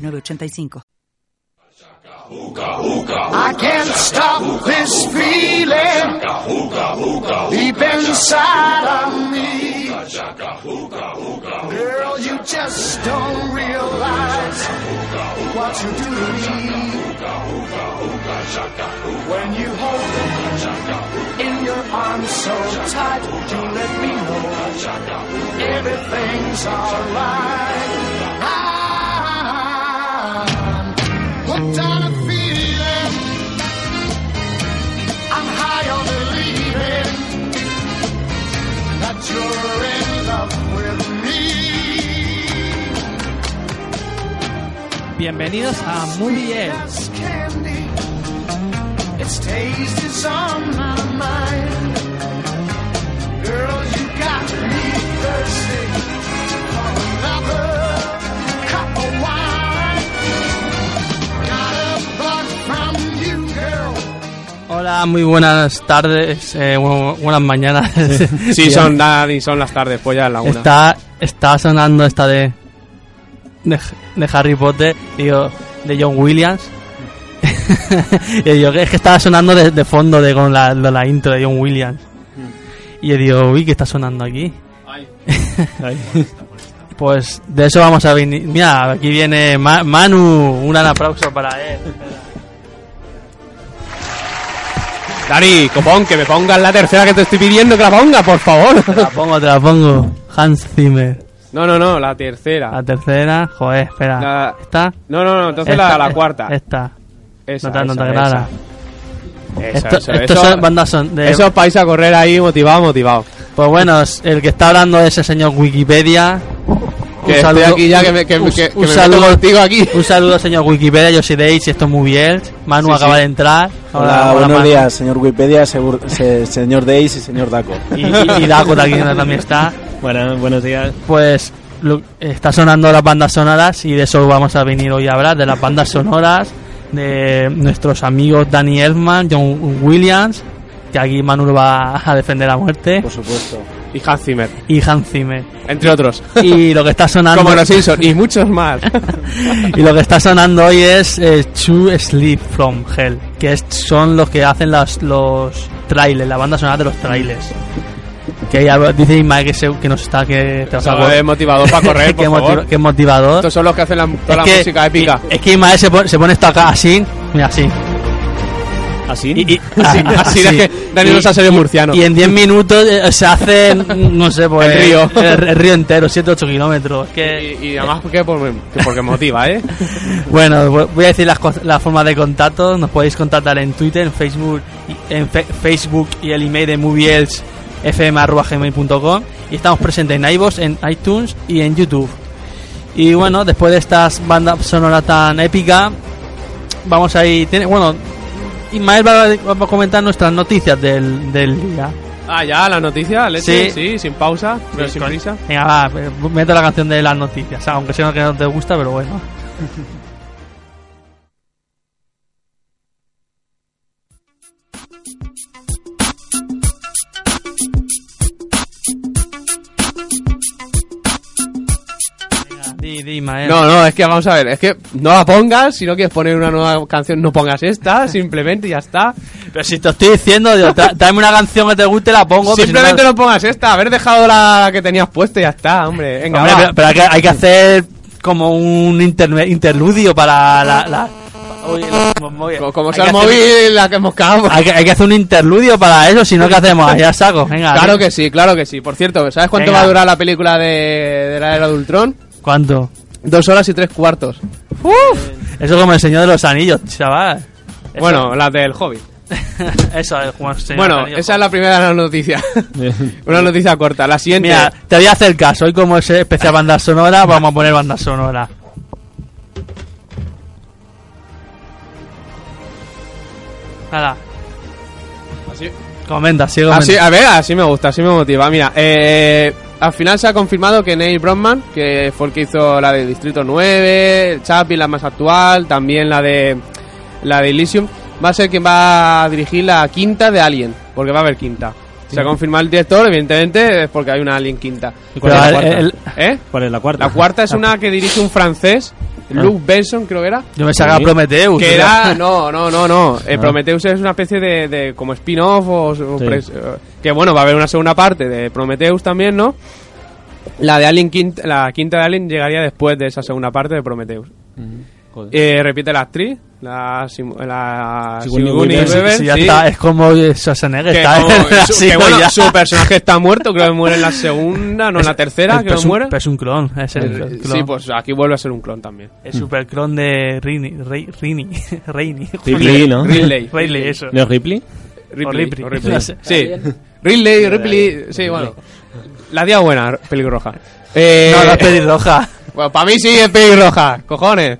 985. I can't stop this feeling deep inside of me. Girl, you just don't realize what you do to me. When you hold me in your arms so tight, you let me know everything's alright. I'm hooked on a feeling. I'm high on believing that you're in love with me. Bienvenidos a Muy Bien. As candy, its taste is on my mind. Girl, you got me thirsty for another cup of wine. Got a bug from you, girl. Hola, muy buenas tardes, eh, bu- buenas mañanas. Sí, son, la- y son las tardes, pues ya es la una. Está, está sonando esta de, de, de Harry Potter, digo, de John Williams. y yo, es que estaba sonando de, de fondo de, con la, de la intro de John Williams. Hmm. Y yo digo, uy, ¿qué está sonando aquí? Pues de eso vamos a venir. Mira, aquí viene Ma- Manu, un gran aplauso para él. Dani, copón, que me pongas la tercera que te estoy pidiendo que la ponga, por Te favor. la pongo, te la pongo. Hans Zimmer. No, no, no, la tercera. La tercera, joder, espera. La- ¿Esta? No, no, no, entonces Esta, la, la eh, cuarta. Esta. Esa, no te, no esa, te esa. agrada. Eso, Esto- eso, Estos eso. son bandas son de. Esos vais a correr ahí motivado, motivado. Pues bueno, es- el que está hablando es el señor Wikipedia. Que estoy aquí ya, que me- que- que- que me meto contigo aquí. Un saludo, señor Wikipedia. Yo soy Deis y esto es muy bien. Manu Sí, acaba sí. de entrar. Hola, buenos Manu. días, señor Wikipedia, segur- se- señor Days y señor Daco. Y, y, y Daco también, también está. Bueno, buenos días. Pues lo- está sonando las bandas sonoras y de eso vamos a venir hoy a hablar, de las bandas sonoras, de nuestros amigos Danny Elfman, John Williams, que aquí Manu lo va a defender a muerte, Por supuesto. Y Hans Zimmer, y Hans Zimmer. entre otros. Y lo que está sonando Como los Simpsons, y muchos más. y lo que está sonando hoy es eh, To Sleep From Hell, que es- son los que hacen las, los trailers, la banda sonora de los trailers. Que ya dice Ismael que, se- que nos está que te vas a Eso es motivador para correr, por que, motiva- favor. que es motivador. Estos son los que hacen la, toda la música épica. Es que Ismael se pone, se pone esto acá así, mira así. ¿Así? Y, y- Así, así es que Dani Y- nos ha salido murciano. y en 10 minutos eh, se hace, no sé, pues. El río. El, el río entero, 7-8 kilómetros. Es que, Y, y además porque, porque, porque motiva, ¿eh? bueno, vo- voy a decir las, cos- las formas de contacto. Nos podéis contactar en Twitter, en Facebook, y- en fe- Facebook y el email de movieelsfm.gmail.com Y estamos presentes en iVoox, en iTunes y en YouTube. Y bueno, después de estas bandas sonoras tan épica, vamos a ir. tiene- bueno, Ismael va a, va a comentar nuestras noticias del, del día. Ah, ya, la noticia, leche, Sí. sí, sin pausa, pero Sí, sin con- prisa. Venga, va, eh, mete la canción de las noticias, aunque sea una que no te gusta, pero bueno. Venga, Di, di, Ismael. No, no, es que vamos a ver, es que no la pongas, si no quieres poner una nueva canción, no pongas esta, simplemente y ya está. Pero si te estoy diciendo, digo, tra- tráeme una canción que te guste, la pongo. pero si Simplemente no, pues, no pongas esta, haber dejado la que tenías puesta y ya está, hombre. Venga, Hombre, va. pero, pero hay, que, hay que hacer como un interme- interludio para la... la- Uy, los móviles. Co- Como Hay sea el que hacer- móvil, la que hemos cagado. pues, Hay que, hay que hacer un interludio para eso, si no, ¿qué hacemos? Allá saco, venga. Claro venga. que sí, claro que sí. Por cierto, ¿sabes cuánto Venga. va a durar la película de, de la era de Ultron? ¿Cuánto? Dos horas y tres cuartos. Eso como el Señor de los Anillos, chaval. Eso- Bueno, la del Hobbit. eso es como el Señor de Bueno, los Anillos. esa es la primera noticia. Una noticia corta. La siguiente. Mira, te voy a hacer caso. Hoy, como es especial banda sonora, vamos a poner banda sonora. Nada, Así, comenta, sigue así- comentando. a ver, así me gusta, así me motiva. Mira, eh, al final se ha confirmado que Neil Bronman, que fue el que hizo la de Distrito 9, el Chapi, la más actual, también la de la de Elysium, va a ser quien va a dirigir la quinta de Alien, porque va a haber quinta. Se ha confirmado el director, evidentemente, es porque hay una Alien quinta. ¿Y cuál es Pero la cuarta? el- el- ¿Eh? ¿Cuál es la cuarta? La cuarta es una que dirige un francés, Ah. Luke Benson, creo que era. yo me sacaba Sí. Prometheus. Que o sea. era, no, no, no, no. Eh, Prometheus es una especie de, de como spin-off o, o Sí. pres- eh, que bueno, va a haber una segunda parte de Prometheus también, ¿no? La de Alien quinta, la quinta de Alien llegaría después de esa segunda parte de Prometheus. Joder. Eh, repite la actriz, la, Sim- la Sigourney Sigourney Weaver. Weaver, Sí, sí, ya sí. está, es como Schwarzenegger, Que, está como- su, así, que, bueno, ya. su personaje está muerto, creo que muere en la segunda, no en la tercera, Es- creo es que un- muere. pero Es un clon, es el Eh, clon. Sí, pues aquí vuelve a ser un clon también. El super clon de Rini, Rey, Rini, Reini. Ripley, ¿no? Ridley. Ridley, eso. ¿No es Ripley? O Ripley. Ripley. o Ripley. No sé. Sí. Ridley, Ripley. Sí, bueno. La tía buena, pelirroja. Eh, No, no es pelirroja. Bueno, para mí sí es pelirroja, cojones.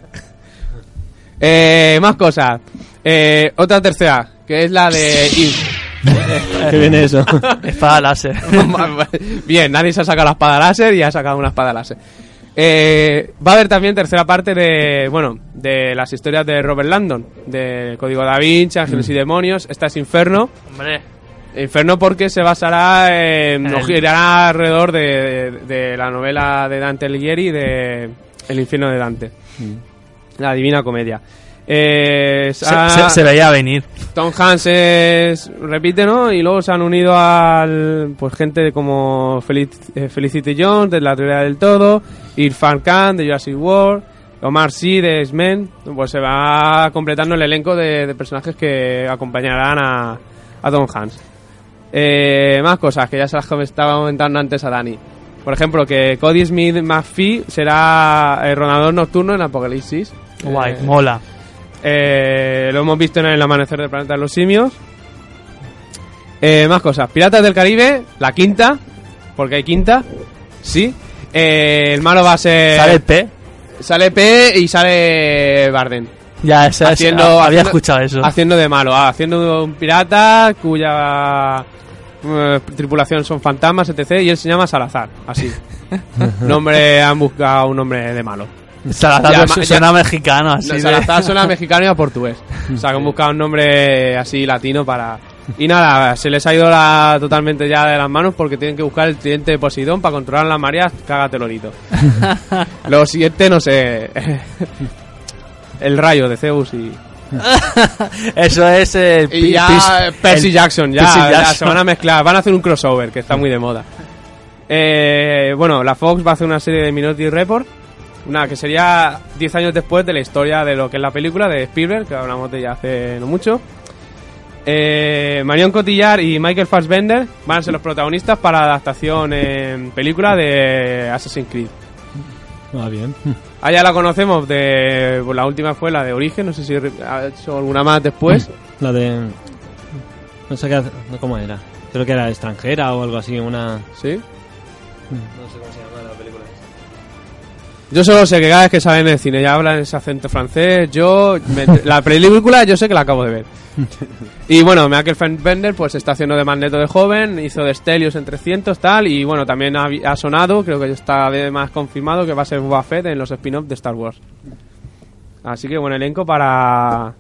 Eh, más cosas. Eh, otra tercera, que es la de. Eh. ¿Qué viene eso? Espada láser. Bien, nadie se ha sacado la espada láser y ha sacado una espada láser. Eh, va a haber también tercera parte de, bueno, de las historias de Robert Landon, de Código da Vinci, Ángeles y Demonios, esta es Inferno, Hombre, Inferno porque se basará en, En o el- girará alrededor de, de la novela de Dante Alighieri de El infierno de Dante. La Divina Comedia. Eh, Mm. se, ha- se- se veía venir. Tom Hanks es- repite, ¿no? Y luego se han unido al pues gente de como Felic- eh, Felicity Jones de La Teoría del Todo, Irfan Khan de Jurassic World, Omar Sy de X-Men. Pues se va completando el elenco de, de personajes que acompañarán a, a Tom Hanks. Eh, más cosas que ya se las com- estaba comentando antes a Dani. Por ejemplo, que Cody Smith McPhee será el rodador nocturno en Apocalipsis. Guay, Eh, mola. eh, lo hemos visto en el amanecer del planeta de los simios. Eh, más cosas. Piratas del Caribe, la quinta. Porque hay quinta. Sí. Eh, el malo va a ser. ¿Sale el P? sale P y sale Barden. Ya, esa- esa- haciendo- había haciendo- escuchado eso. Haciendo de malo. ah, haciendo un pirata cuya eh, tripulación son fantasmas, etc. Y él se llama Salazar. Así. nombre, han buscado un nombre de malo. Salazar Ya, su- ma- ya- suena mexicano, así No, de- Salazar suena mexicano y a portugués. O sea, que han buscado un nombre así latino para... Y nada, se les ha ido la, totalmente ya de las manos porque tienen que buscar el tridente de Poseidón para controlar las mareas. Cágate, Lorito. Lo siguiente, no sé... el rayo de Zeus y... Eso es el... Y pi- ya pis- eh, Percy el- Jackson, ya, Percy ya Jackson. se van a mezclar, van a hacer un crossover que está muy de moda. Eh, bueno, la Fox va a hacer una serie de Minority Report, una que sería 10 años después de la historia de lo que es la película de Spielberg, que hablamos de ella hace no mucho. Eh, Marion Cotillard y Michael Fassbender van a ser los protagonistas para la adaptación en película de Assassin's Creed. Ah, bien. Ah, ya la conocemos de pues, la última fue la de Origen, no sé si ha hecho alguna más después. Mm. La de... No sé qué... hace- no, ¿Cómo era? Creo que era extranjera o algo así, una... ¿Sí? No sé cómo se llama la película. Yo solo sé que cada vez que salen en el cine ya hablan ese acento francés. Yo. me- la película yo sé que la acabo de ver. Y bueno, Michael Fassbender pues está haciendo de Magneto de joven, hizo de Stelios en 300, tal. Y bueno, también ha, ha sonado, creo que ya está de más confirmado, que va a ser Boba Fett en los spin-offs de Star Wars. Así que buen elenco para.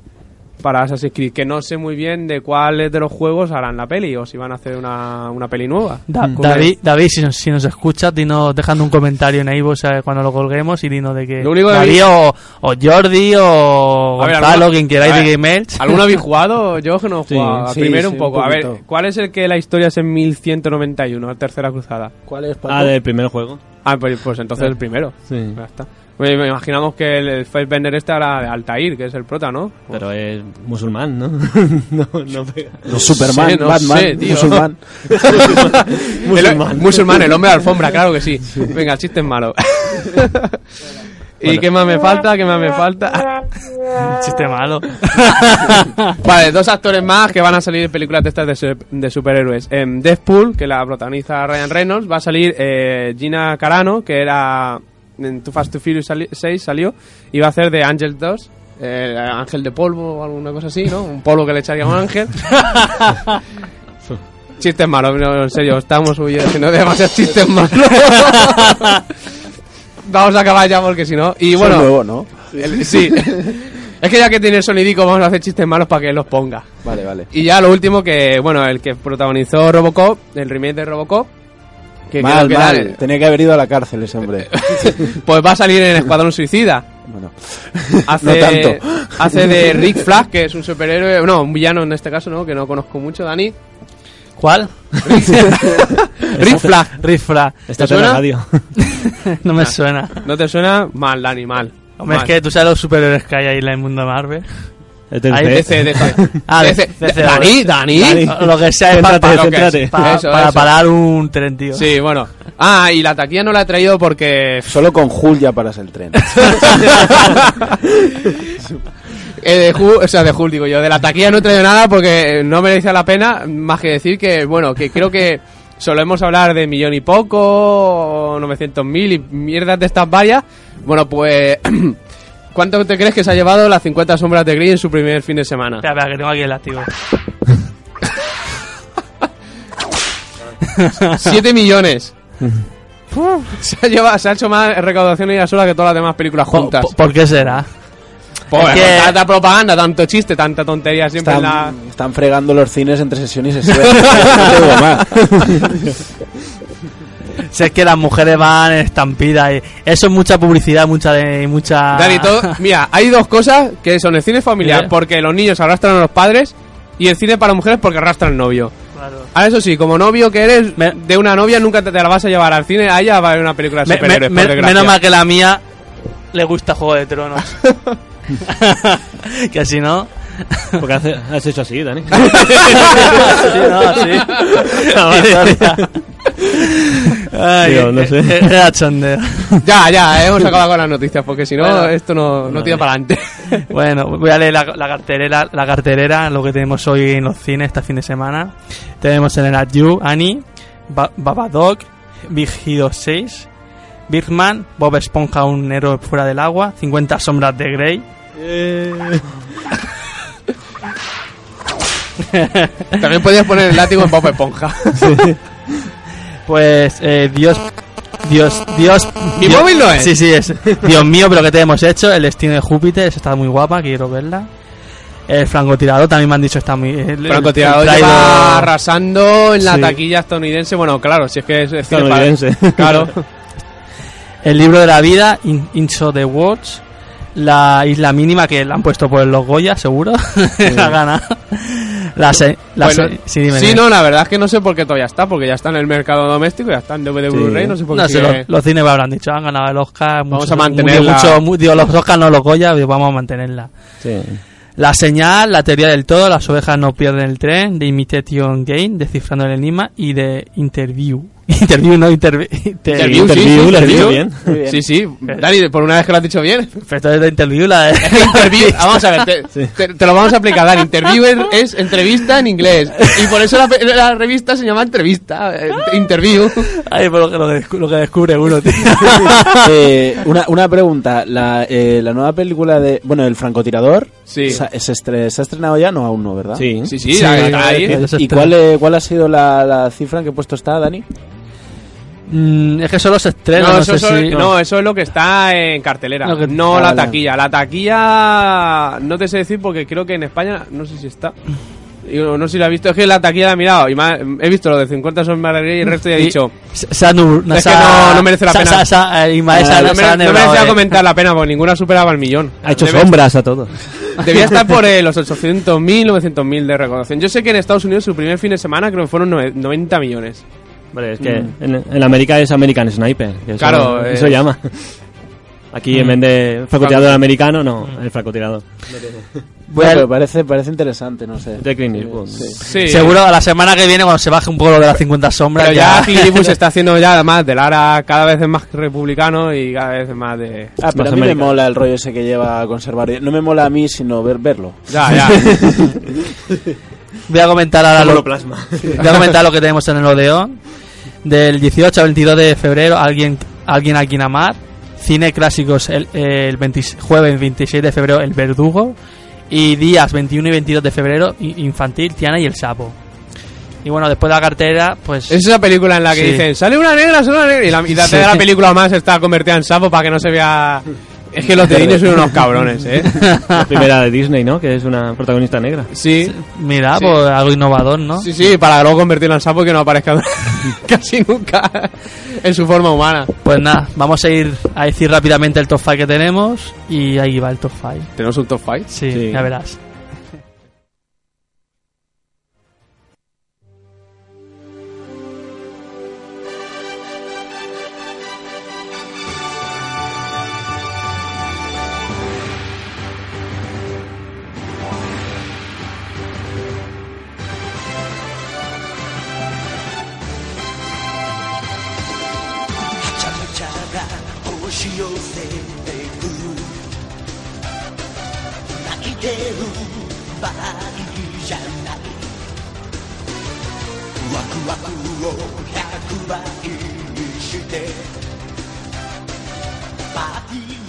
Para Assassin's Creed, que no sé muy bien de cuáles de los juegos harán la peli o si van a hacer una, una peli nueva. Da- Con Mm. David, David si, nos, si nos escuchas, dinos dejando un comentario en iVoox eh, cuando lo colguemos y dinos de que Lo único que David vi- o, o Jordi o A ver, Gonzalo, alguna- quien queráis a de ver, Game Elch. ¿Alguno habéis jugado? Yo que no he Sí, jugado. sí, Primero sí, un poco. un A ver, poquito. ¿cuál es el que la historia es en 1191, la tercera cruzada? ¿Cuál es, Paco? Ah, del primer juego. Ah, pues, pues entonces el primero. Sí. Ya está. Oye, me imaginamos que el, el Fassbender este era de Altair, que es el prota, ¿no? Pero es musulmán, ¿no? no, no pega. No, Superman, sé, no Batman, sé, tío. musulmán. El, musulmán, el hombre de alfombra, claro que sí. Venga, el chiste es malo. ¿Y qué más me falta? ¿Qué más me falta? Chiste malo. Vale, dos actores más que van a salir en películas de estas de, su- de superhéroes. En Deadpool, que la protagoniza Ryan Reynolds, va a salir eh, Gina Carano, que era en Too Fast to Furious sali- 6 salió, y va a hacer de Angel 2, eh, ángel de polvo o alguna cosa así, ¿no? Un polvo que le echaría a un ángel. chistes malos, no, en serio, estamos huyendo de demasiados chistes malos. vamos a acabar ya porque si no. Y Eso es bueno, nuevo, ¿no? el- sí. es que ya que tiene el sonidico, vamos a hacer chistes malos para que él los ponga. Vale, vale. Y ya lo último que, bueno, el que protagonizó Robocop, el remake de Robocop. Que creo mal, que mal. era- Tenía que haber ido a la cárcel ese hombre. pues va a salir en Escuadrón Suicida. bueno. Hace, No tanto. hace de Rick Flag, que es un superhéroe, no, un villano en este caso, ¿no? Que no conozco mucho, Dani. ¿Cuál? Rick Flag. Rifra. Esta ¿Te es la suena? radio. No me suena. Ah. ¿No te suena? Mal, Dani, mal. Hombre, es Mal. que tú sabes los superhéroes que hay ahí en el mundo de Marvel. Este es Ahí B. DC, Ah, DC. DC, Dani, Dani. O Lo que sea es para, Céntrate, para- lo que céntrate. es. para- Eso, para eso. parar un tren, tío. Sí, bueno. Ah, y la taquilla no la he traído porque Solo con Julia paras el tren. Eh, de Hulk, o sea, de Hulk, digo yo. De la taquilla no he traído nada porque eh, no merece la pena, más que decir que, bueno, que creo que solemos hablar de millón y poco, 900 mil y mierdas de estas varias. Bueno, pues, ¿cuánto te crees que se ha llevado las 50 sombras de Grey en su primer fin de semana? Espera, espera, que tengo aquí el activo. 7 millones. se, ha llevado, se ha hecho más recaudación ella sola que todas las demás películas ¿Por, juntas. por- por qué será? Pues, es que- Tanta propaganda, tanto chiste, tanta tontería siempre en la... Están, están fregando los cines entre sesión y sesión. No te digo más. Si es que las mujeres van estampidas. y- Eso es mucha publicidad, mucha de. mucha... Dani, todo. Ah. Mira, hay dos cosas que son el cine familiar, Mira. porque los niños arrastran a los padres, y el cine para mujeres porque arrastran al novio. Claro. Ahora, eso sí, como novio que eres Me- de una novia, nunca te, te la vas a llevar al cine. A ella va a ver una película de Me- me- superhéroes, me- por desgracia. menos mal que la mía le gusta Juego de Tronos. que si no. Porque hace- has hecho así, Dani. sí, no, sí. Ay, Ah, Digo, no eh, sé. eh, Era chonder. Ya, ya, hemos acabado con las noticias, porque si no, Bueno. esto no, no tira para adelante. Bueno, voy a leer la, la cartelera, la cartelera, lo que tenemos hoy en los cines este fin de semana. Tenemos en el At You, Annie, Ba- Babadook, Big Hero 6, Birdman, Bob Esponja, un héroe fuera del agua, 50 sombras de Grey. También podías poner el látigo en Bob Esponja. Pues, eh, Dios, Dios, Dios. Mi Dios- móvil no es. Sí, sí, es. Dios mío, pero que te hemos hecho? El destino de Júpiter, esa está muy guapa, quiero verla. El francotirador también me han dicho está muy. el- el- Francotirador el trailer- lleva arrasando en la Sí. taquilla estadounidense. Bueno, claro, si es que es, es cine para- Estadounidense. Claro. El libro de la vida, In- Into the Watch. La isla mínima que la han puesto por los Goya, seguro. la gana. La, se- la Bueno, se- sí, dime, sí, dime. no, la verdad es que no sé por qué todavía está, porque ya está en el mercado doméstico, ya está en DVD Sí. Blu-ray, no sé por qué. No sé, sigue. los, los cines me habrán dicho, han ganado el Oscar. Vamos muchos- a mantenerla. mu- Mucho, mu- digo, los Oscar no los Goya, digo, vamos a mantenerla. Sí. La señal, la teoría del todo, las ovejas no pierden el tren, de Imitation Game, descifrando el enigma, y de Interview. Interview, no Interview. Interview, sí, Interview, sí, lo has interview. dicho bien. Muy bien. Sí, sí. Dani, por una vez que lo has dicho bien. Pero es de Interview la de... Interview. Ah, Vamos a ver, te, te- te lo vamos a aplicar, Dani. Interview es, es entrevista en inglés. Y por eso la, pe- la revista se llama entrevista. eh, Interview. Ay, por lo que, lo que descu- lo que descubre uno, tío. Eh, una, una pregunta. La, eh, la nueva película de. Bueno, El francotirador. Sí. ¿Se, se estre- se ha estrenado ya? No, aún no, ¿verdad? Sí. Sí, sí, Sí, ahí- acaba de ahí. decir. se ¿Y estrena. cuál, eh, cuál ha sido la, la cifra en que he puesto está, Dani? Mm, es que solo se estrena, no, No, eso, sé eso- si... no, eso es lo que está en cartelera, Lo que- no Ah, la vale. taquilla. La taquilla, no te sé decir porque creo que en España, no sé si está. Y No no sé si la he visto, es que la taquilla la he mirado y me ha- he visto lo de 50 son más y el resto ya he Y- dicho. se- se ha nu- Es se que ha- no- no merece la se ha- pena. se ha- se ha- eh, Inma, esa- Ah, No, se ha mere- no neblado, merecía eh. comentar la pena porque ninguna superaba el millón. Ha hecho Debe- sombras a todos. Debía estar por eh, los 800.000, 900.000 de recaudación. Yo sé que en Estados Unidos su primer fin de semana creo que fueron nove- 90 millones. Vale, es que en, en América es American Sniper. que eso- Claro, Eso es- llama. Aquí en vez de francotirador americano, no, el francotirador. Voy No, a- pero parece, parece interesante, no sé. De Clint Eastwood. Sí. Sí. Seguro a la semana que viene, cuando se baje un poco lo de las 50 sombras, Pero ya Clipus está haciendo ya además de Lara cada vez es más republicano y cada vez es más de... Ah, pero Más a mí me americano. mola el rollo ese que lleva a conservar. No me mola a mí, sino ver, verlo. Ya, ya. voy a comentar ahora Cómo lo, lo plasma. voy a comentar lo que tenemos en el Odeón. Del 18 al 22 de febrero, alguien, alguien a quien amar. Cine Clásicos el, el 20 jueves 26 de febrero El Verdugo y días 21 y 22 de febrero i- Infantil, Tiana y El Sapo. Y bueno, después de la cartera, pues... Es esa película en la que Sí. dicen, sale una negra, sale una negra. Y la mitad Sí. de la película más está convertida en sapo para que no se vea... Es que los de Disney son unos cabrones, ¿eh? La primera de Disney, ¿no? Que es una protagonista negra. Sí. Mira, Sí. pues algo innovador, ¿no? Sí, sí, para luego convertirla en sapo y que no aparezca casi nunca en su forma humana. Pues nada, vamos a ir a decir rápidamente el top 5 que tenemos y ahí va el top 5. ¿Tenemos un top 5? Sí, Sí. ya verás.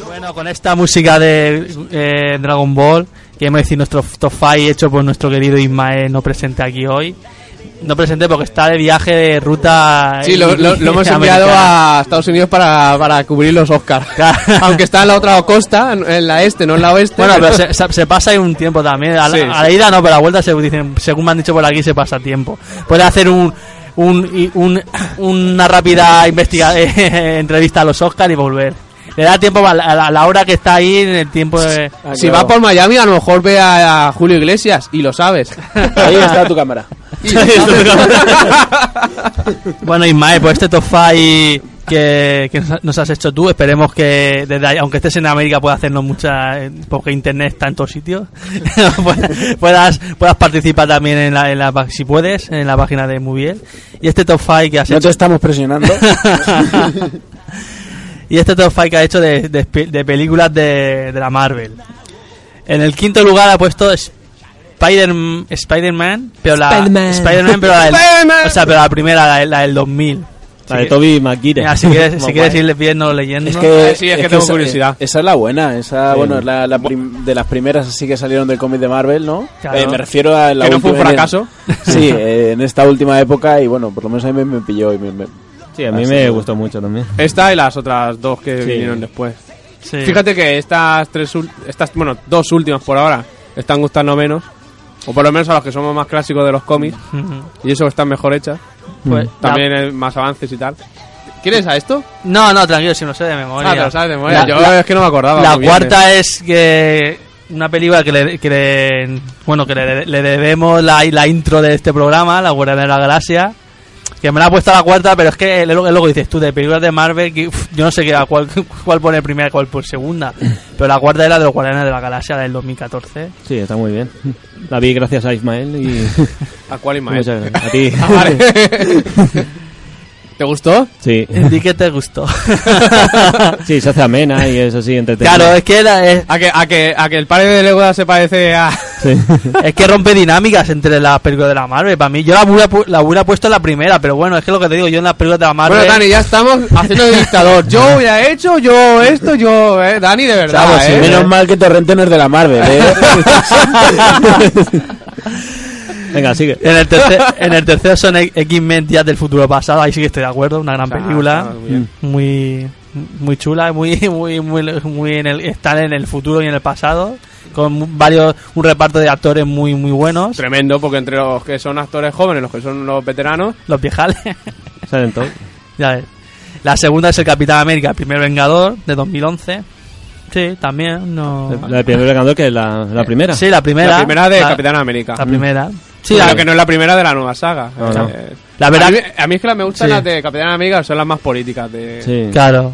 Bueno, con esta música de eh, Dragon Ball, queremos decir nuestro top 5 hecho por nuestro querido Ismael, no presente aquí hoy. No presente porque está de viaje de ruta. Sí, lo, lo- lo hemos enviado americana. a Estados Unidos para, para cubrir los Oscars. Claro. Aunque está en la otra costa, en en la este, no en la oeste. Bueno, pero se, se- se pasa ahí un tiempo también. A la, Sí, a la ida no, pero a la vuelta, se dicen, según me han dicho por aquí, se pasa tiempo. Puede hacer un, un, y- un- una rápida investiga eh, entrevista a los Oscars y volver. Le da tiempo a la, a la- a la hora que está ahí, en el tiempo de... si Ah, va por Miami, a lo mejor ve a, a Julio Iglesias y lo sabes. Ahí está tu cámara. Bueno, Ismael, pues este top 5 que, que nos- nos has hecho tú, esperemos que, desde ahí, aunque estés en América, puedas hacernos muchas, porque internet está en todos sitios, puedas- puedas, puedas participar también en la, en la pa- si puedes, en la página de Mubiel. Y este top 5 que has No te hecho... estamos presionando. y este top 5 que has hecho de, de pe- de películas de, de la Marvel. En el quinto lugar ha puesto Sp- Spider Spider-Man, pero la Spider-Man. Spider-Man, pero la del- Spider-Man. o sea, pero la primera, la, la del 2000. La Sí de que- Ah, Toby Maguire. Mira, si quieres, si Maguire. quieres ir viendo leyendo. Es que, eh, Sí, es que tengo esa- curiosidad. Esa es la buena, esa, bueno, es la, la prim- de las primeras así que salieron del cómic de Marvel, ¿no? Claro. Eh, me refiero a la Que no fue un última- fracaso. Sí, eh, en esta última época y bueno, por lo menos a mí me, me pilló y me- me- Sí, a mí Ah, me sí. gustó mucho también. Esta y las otras dos que Sí. vinieron después. Sí. Fíjate que estas tres, ul- estas, bueno, dos últimas por ahora están gustando menos. O por lo menos a los que somos más clásicos de los cómics. Ujú. Y eso que están mejor hechas. Pues, También eh, más avances y tal. ¿Quieres a esto? la- no, no, tranquilo, si no sé de memoria. Ah, te lo sabes de memoria. Oh, La- Yo la- es que no me acordaba. la muy bien, eh. cuarta es que una película que le, que le- bueno que le, le debemos la, la intro de este programa, La Guardia de la Galaxia. Que me la ha puesto a la cuarta, pero es que luego, luego dices tú, de películas de Marvel, que, uf, yo no sé qué, a cuál, cuál pone primera y cuál por segunda. Pero la cuarta era de los Guardianes de la Galaxia, la del 2014. Sí, está muy bien. La vi gracias a Ismael y muchas ¿A cuál Ismael? gracias. A ti. Ah, vale. ¿Te gustó? Sí. ¿Y qué te gustó? Sí, se hace amena y es así entretenida. claro, eh. es que era, es- ¿A que, a que, a que el padre de Legoda se parece a... Sí. Es que rompe dinámicas entre las películas de la Marvel. Para mí, yo la hubiera, pu- la hubiera puesto en la primera, pero bueno, es que lo que te digo, yo en las películas de la Marvel. Bueno, Dani, ya estamos haciendo de dictador. Yo hubiera hecho, yo esto, yo... eh, Dani, de verdad, Vamos, sí, ¿eh? menos mal que Torrente no es de la Marvel, ¿eh? Venga, sigue. en, el tercer, en el tercer son X- X-Men Días del Futuro Pasado, ahí sí que estoy de acuerdo, una gran O sea, película. Mm. está muy bien. Muy muy chula, muy, muy, muy, muy en el, están en el futuro y en el pasado, con varios, un reparto de actores muy, muy buenos, Tremendo, porque entre los que son actores jóvenes y los que son los veteranos... los viejales. Salen todos. Ya ves. La segunda es el Capitán América, el primer Vengador, de 2011. Sí, también, no... La de Pierre Ganador, que es la, la primera. Sí, la primera. La primera de la, Capitán América. La primera. Sí, Sí, la, que no es la primera de la nueva saga. No, no. Eh, la a, verdad. mí, a mí es que las me gustan Sí. las de Capitán América, son las más políticas de... Sí. Claro.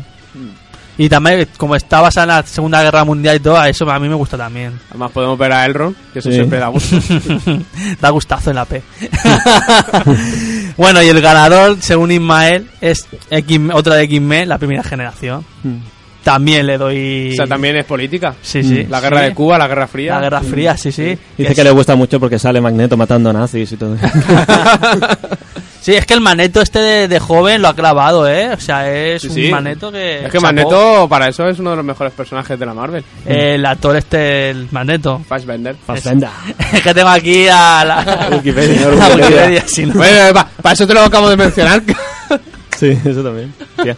Y también, como está basada en la Segunda Guerra Mundial y todo, a eso a mí me gusta también. Además podemos ver a Elrond, que eso Sí. siempre da gusto. da gustazo en la P. bueno, y el ganador, según Ismael, es X, otra de X-Men, la primera generación. También le doy. O sea, también es política. Sí, sí. La guerra Sí. de Cuba, la guerra fría. La Guerra Fría, sí, sí. Dice que le gusta mucho porque sale Magneto matando nazis y todo. Sí, es que el maneto este de, de joven lo ha clavado, ¿eh? O sea, es Sí, un sí. maneto que... Es que chapó. Magneto, para eso, es uno de los mejores personajes de la Marvel. El actor este, el maneto. Fassbender. Fassbender. Es que tengo aquí a la... Wikipedia, a Wikipedia. Wikipedia, si no- Bueno, va, para eso te lo acabo de mencionar. Sí, eso también. Tía.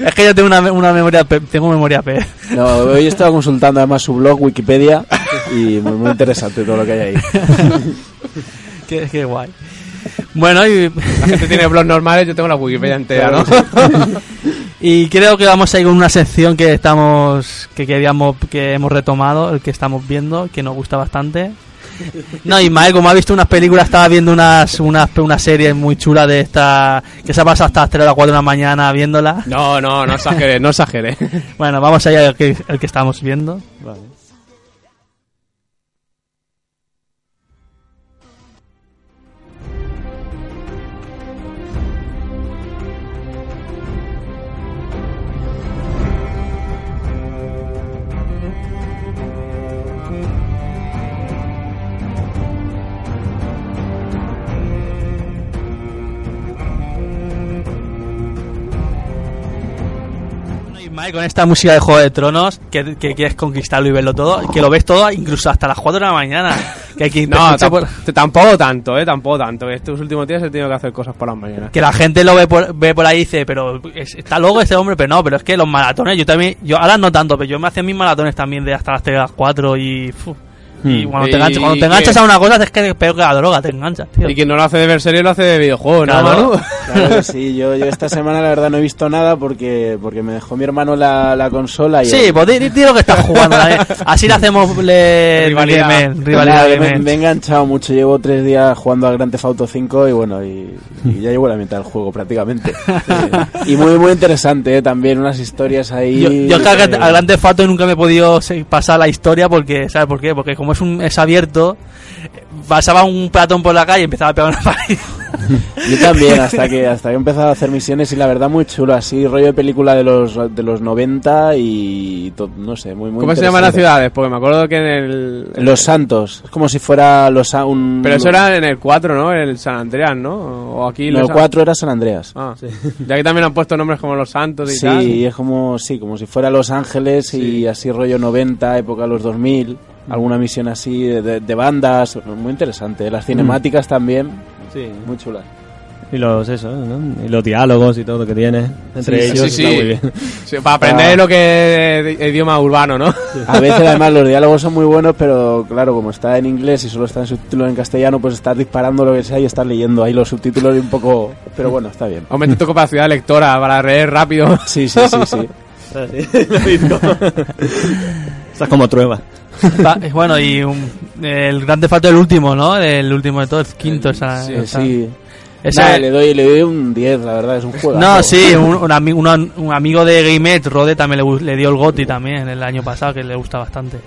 Es que yo tengo una, me- una memoria... pe- Tengo memoria P. No, hoy he estado consultando además su blog, Wikipedia, y muy, muy interesante todo lo que hay ahí. qué, qué guay. Bueno, y, La gente tiene blogs normales, yo tengo la Wikipedia entera, ¿no? y creo que vamos a ir con una sección que estamos... Que queríamos... Que hemos retomado, el que estamos viendo, que nos gusta bastante. No, Ismael, como ha visto unas películas, estaba viendo unas, unas, una serie muy chula de esta... Que se ha pasado hasta las 3 o las 4 de la mañana viéndola. No, no, no exageré, no exageré. Bueno, vamos allá el que, el que estamos viendo. Bueno, Ismael, con esta música de Juego de Tronos, que, que quieres conquistarlo y verlo todo, que lo ves todo incluso hasta las 4 de la mañana. Que, aquí te No, escucha tamp- por- tampoco tanto, eh, tampoco tanto. Estos últimos días he tenido que hacer cosas por las mañanas. que la gente lo ve por, ve por ahí y dice, pero es- está loco este hombre, pero no, pero es que los maratones, yo también, yo ahora no tanto, pero yo me hacía mis maratones también de hasta las 3 de las 4 y... fu, y Hmm. cuando te, ¿Y enganchas, cuando te qué? enganchas a una cosa es que es peor que la droga, te enganchas, tío. Y quien no lo hace de ver serie lo hace de videojuegos, ¿no, Claro. Manu? Claro que sí, yo, yo esta semana la verdad no he visto nada porque, porque me dejó mi hermano la, la consola y... Sí, pues di, di- di lo que estás jugando. ¿vale? Así le hacemos le, Rivalidad. Gamer, Nada, rivalidad que me, gamer. me he enganchado mucho, llevo tres días jugando al Grand Theft Auto 5 y bueno, y, y ya llevo la mitad del juego prácticamente. Eh, y muy muy interesante eh, también, unas historias ahí... Yo, yo que al, eh, Gran- al Gran Theft Auto nunca me he podido se- pasar la historia porque, ¿sabes por qué? Porque como es un es abierto, eh, pasaba un peatón por la calle y empezaba a pegar una pared. Yo también, hasta que hasta que he empezado a hacer misiones y la verdad muy chulo, así rollo de película de los de los 90 y to- no sé, muy muy ¿Cómo se llaman las interesante. ciudades? Porque me acuerdo que en el... Los Santos, es como si fuera los Sa- un Pero eso era en el 4, ¿no? En el San Andreas, ¿no? O aquí... no, los- el 4 era San Andreas. Ah, ya que también han puesto nombres como Los Santos y Sí, tal. es como sí, como si fuera Los Ángeles y así rollo 90, época de los 2000, alguna misión así de, de- de bandas, muy interesante, las cinemáticas también, Sí. muy chulas. Y los, eso, ¿no? y los diálogos y todo lo que tiene. Entre Sí, ellos sí, está sí. muy bien. Sí, para aprender Ah. lo que es idioma urbano, ¿no? A veces además los diálogos son muy buenos, pero claro, como está en inglés y solo está en subtítulos en castellano, pues estás disparando lo que sea y estás leyendo ahí los subtítulos y un poco... Pero bueno, está bien. Aumenta tu capacidad lectora para leer rápido. Sí, sí, sí, sí. Ah, sí, lo mismo. Estás como trueba. Va, eh, bueno, y un- el Gran Theft Auto el último, ¿no? El último de todo, el quinto. o sea, sí, o sea, Eh, sí. ese- Nada, le, doy, le doy un 10, la verdad, es un juego. no, sí, un, un ami- un an- un amigo de Gamet, Rode, también le, gu- le dio el Goti también el año pasado, que le gusta bastante.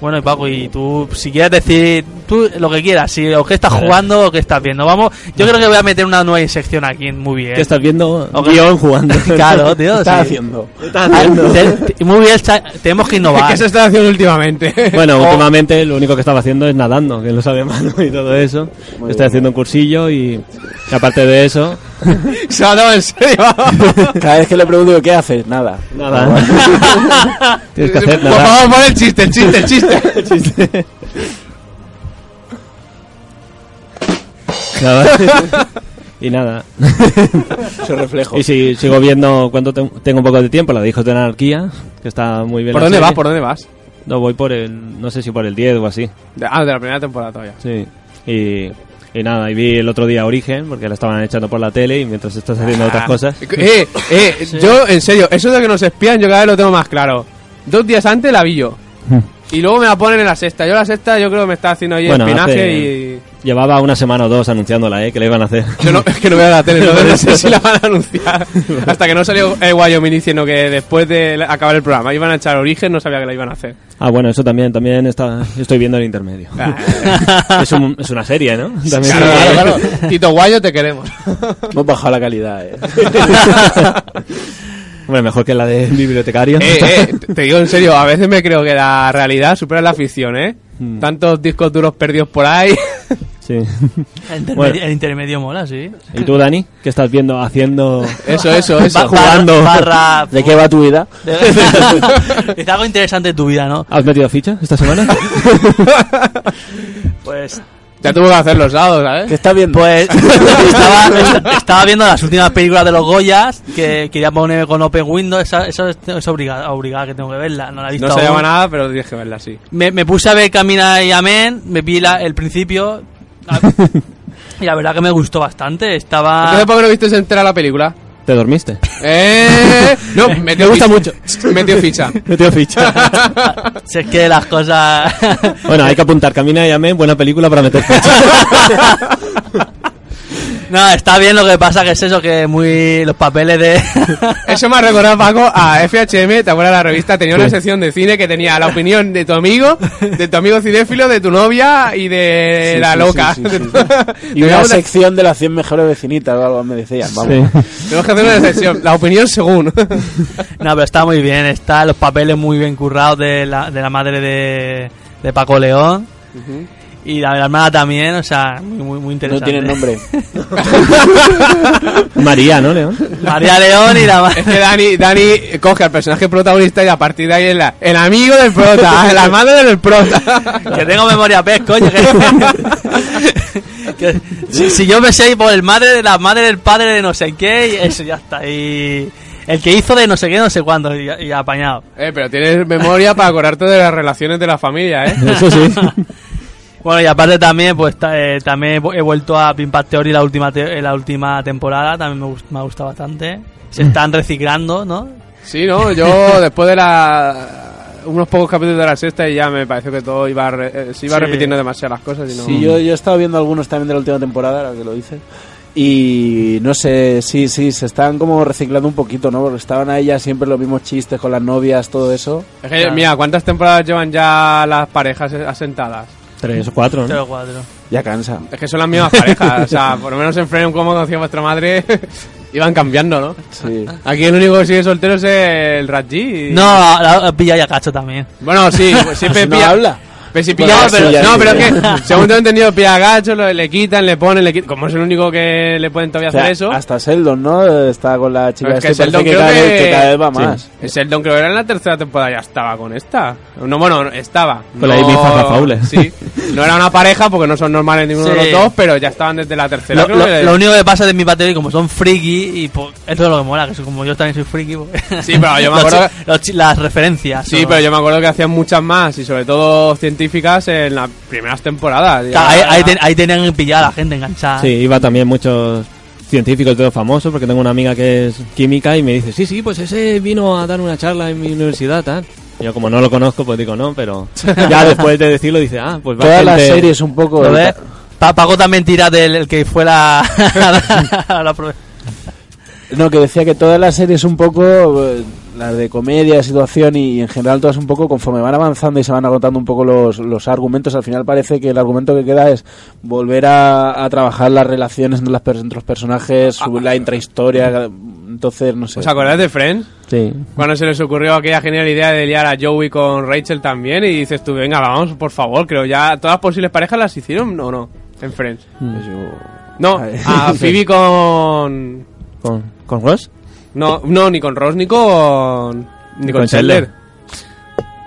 Bueno, y Paco, y tú, si quieres decir, tú lo que quieras, si o que estás jugando o que estás viendo, vamos, yo creo que voy a meter una nueva sección aquí, muy bien. ¿Qué estás viendo? Ok. Guión jugando. Claro, ¿Qué tío. estás sí. haciendo? Ah, te- te- Muy bien, está- tenemos que innovar. ¿Qué se está haciendo últimamente? Bueno, últimamente lo único que estaba haciendo es nadando, que lo sabe mano y todo eso. Muy Estoy bien. haciendo un cursillo y, y aparte de eso, Se ha dado en serio. Cada vez que le pregunto qué haces, nada. nada. Tienes que hacer Por nada. favor, pon el chiste, el chiste, el chiste. Nada. Y nada. Su reflejo. Y si sigo viendo cuánto te- tengo un poco de tiempo, la de Hijos de la Anarquía, que está muy bien. ¿Por la dónde serie. vas? ¿Por dónde vas? No, voy por el, no sé si por el 10 o así. De- Ah, de la primera temporada todavía. Sí. Y, y nada, y vi el otro día Origen, porque la estaban echando por la tele y mientras estás haciendo otras cosas. Eh, eh, yo, en serio, eso de que nos espían, yo cada vez lo tengo más claro. Dos días antes la vi yo. Y luego me la ponen en la sexta. Yo la sexta, yo creo que me está haciendo ahí Bueno, espinaje hace- y. Llevaba una semana o dos anunciándola, ¿eh? Que la iban a hacer. Yo no, es que no veo la tele, entonces no sé si la van a anunciar. Hasta que no salió eh, Wyoming diciendo que después de la- acabar el programa iban a echar origen, no sabía que la iban a hacer. Ah, bueno, eso también, también está, estoy viendo el intermedio. es, un- es una serie, ¿no? También Ah. Claro, claro, claro. Tito Guayo, te queremos. Hemos bajado la calidad, eh. Hombre, mejor que la de bibliotecario. Eh, eh, te digo en serio, a veces me creo que la realidad supera la ficción, ¿eh? Hmm. Mm. Tantos discos duros perdidos por ahí. Sí. El intermedio, Bueno. el intermedio mola, sí. ¿Y tú, Dani? ¿Qué estás viendo? Haciendo. Eso, eso, eso. Ba- jugando. Barra, ¿De qué va tu vida? barra- Está algo interesante en tu vida, ¿no? ¿Has metido ficha esta semana? Pues, Ya tuvo que hacer los dados, ¿sabes? ¿Qué estás viendo? pues estaba, est- estaba viendo las últimas películas de los Goyas que quería poner con Open Windows. Esa, eso es, es obligada, obligada que tengo que verla. No la he visto. No se llama aún. nada, pero dije verla así. Me, me puse a ver Camina y Amén. Me vi la- el principio. Ah, Y la verdad que me gustó bastante. Estaba. Ah. Entonces, ¿por qué no viste entera la película? ¿Te dormiste? Eh, no, me gusta mucho. Metió ficha. Metido ficha. Si es que las cosas. Bueno, hay que apuntar. Camina y amén. Buena película para meter ficha. no, está bien lo que pasa, que es eso, que muy. Los papeles de. Eso me ha recordado, Paco, a FHM, ¿te acuerdas de la revista? Tenía una Sí. sección de cine que tenía la opinión de tu amigo, de tu amigo cinéfilo, de tu novia y de Sí, la sí, loca. sí, sí, sí. Y Tenía una una- sección de las 100 mejores vecinitas o algo me decían, vamos. Sí. Tenemos que hacer una sección, la opinión según. No, pero está muy bien, está los papeles muy bien currados de la, de la madre de, de Paco León. Y la de la hermana también, o sea, muy, muy, muy No interesante. tiene nombre. María, ¿no, León? María León y la Es madre. que Dani, Dani coge al personaje protagonista y a partir de ahí es la- el amigo del prota, la madre del prota. Que tengo memoria pez, coño. Que, que si, si yo me sé por el madre de la madre del padre de no sé qué, y eso ya está. Y el que hizo de no sé qué, no sé cuándo, y, y apañado. Eh, pero tienes memoria para acordarte de las relaciones de la familia, ¿eh? Eso sí. Bueno, y aparte también, pues ta- eh, también he vu- he vuelto a Pin Pad Theory la última, te- eh, la última temporada, también me, gust- me ha gustado bastante. Se están reciclando, ¿no? Sí, ¿no? Yo después de la... unos pocos capítulos de la sexta y ya me pareció que todo iba re- eh, se iba Sí. repitiendo demasiadas las cosas y no... Sí, yo, yo he estado viendo algunos también de la última temporada, ahora que lo dices. Y no sé, sí, sí, se están como reciclando un poquito, ¿no? Porque estaban ahí ya siempre los mismos chistes con las novias, todo eso. Es que, mira, ¿cuántas temporadas llevan ya las parejas asentadas? Tres o cuatro, Tres ¿no? o cuatro. Ya cansa. Es que son las mismas parejas, o sea, por lo menos en Friends, como conocía vuestra madre, iban cambiando, ¿no? Sí. Aquí el único que sigue soltero es el Raji. y- No, la, la pilla ya cacho también. Bueno, sí, pues siempre no pilla- habla. Pero si Bueno, pilla, sí, pero- ya no, digo, pero es ya. que, según tengo entendido, pilla a gacho, lo- le quitan, le ponen, le quitan. Como es el único que le pueden todavía O sea, hacer eso. Hasta Sheldon, ¿no? Está con la chica Pero es que esta y Sheldon parece creo cada que- vez- cada vez va Sí. más. El Sheldon creo que era en la tercera temporada ya estaba con esta. No, bueno, no, estaba. Con no, la Amy Farrah Fowler. Sí. No era una pareja porque no son normales ninguno de Sí. los dos, pero ya estaban desde la tercera. Lo, creo lo- que- lo único que pasa de mi batería, como son friki, y po- esto es lo que mola, que soy- como yo también soy friki. pues- Sí, pero yo me Los acuerdo chi- los chi- las referencias. Sí, son- pero yo me acuerdo que hacían muchas más y sobre todo científicas en las primeras temporadas. O Ya- sea, ahí, ahí ten- ahí tenían que pillar a la gente enganchada. Sí, iba también muchos científicos, todos famosos, porque tengo una amiga que es química y me dice, sí, sí, pues ese vino a dar una charla en mi universidad, tal. Y Yo como no lo conozco, pues digo no, pero ya después de decirlo dice, ah, pues va Todas las gente- series un poco... ¿Lo ves? Pa- Paco también tira del el que fue la. la, pro- No, que decía que todas las series un poco, eh, las de comedia, situación y, y en general todas un poco, conforme van avanzando y se van agotando un poco los, los argumentos, al final parece que el argumento que queda es volver a, a trabajar las relaciones entre, las, per- entre los personajes, subir la intrahistoria, entonces no Ah. sé. ¿Os acordáis de Friends? Sí. Cuando se les ocurrió aquella genial idea de liar a Joey con Rachel también y dices tú, venga, vamos, por favor, creo ya todas las posibles parejas las hicieron o no en Friends. Pues yo- No, Ay. a Phoebe con ¿Con, ¿Con Ross? no, no ni con Ross ni con ni con Chandler.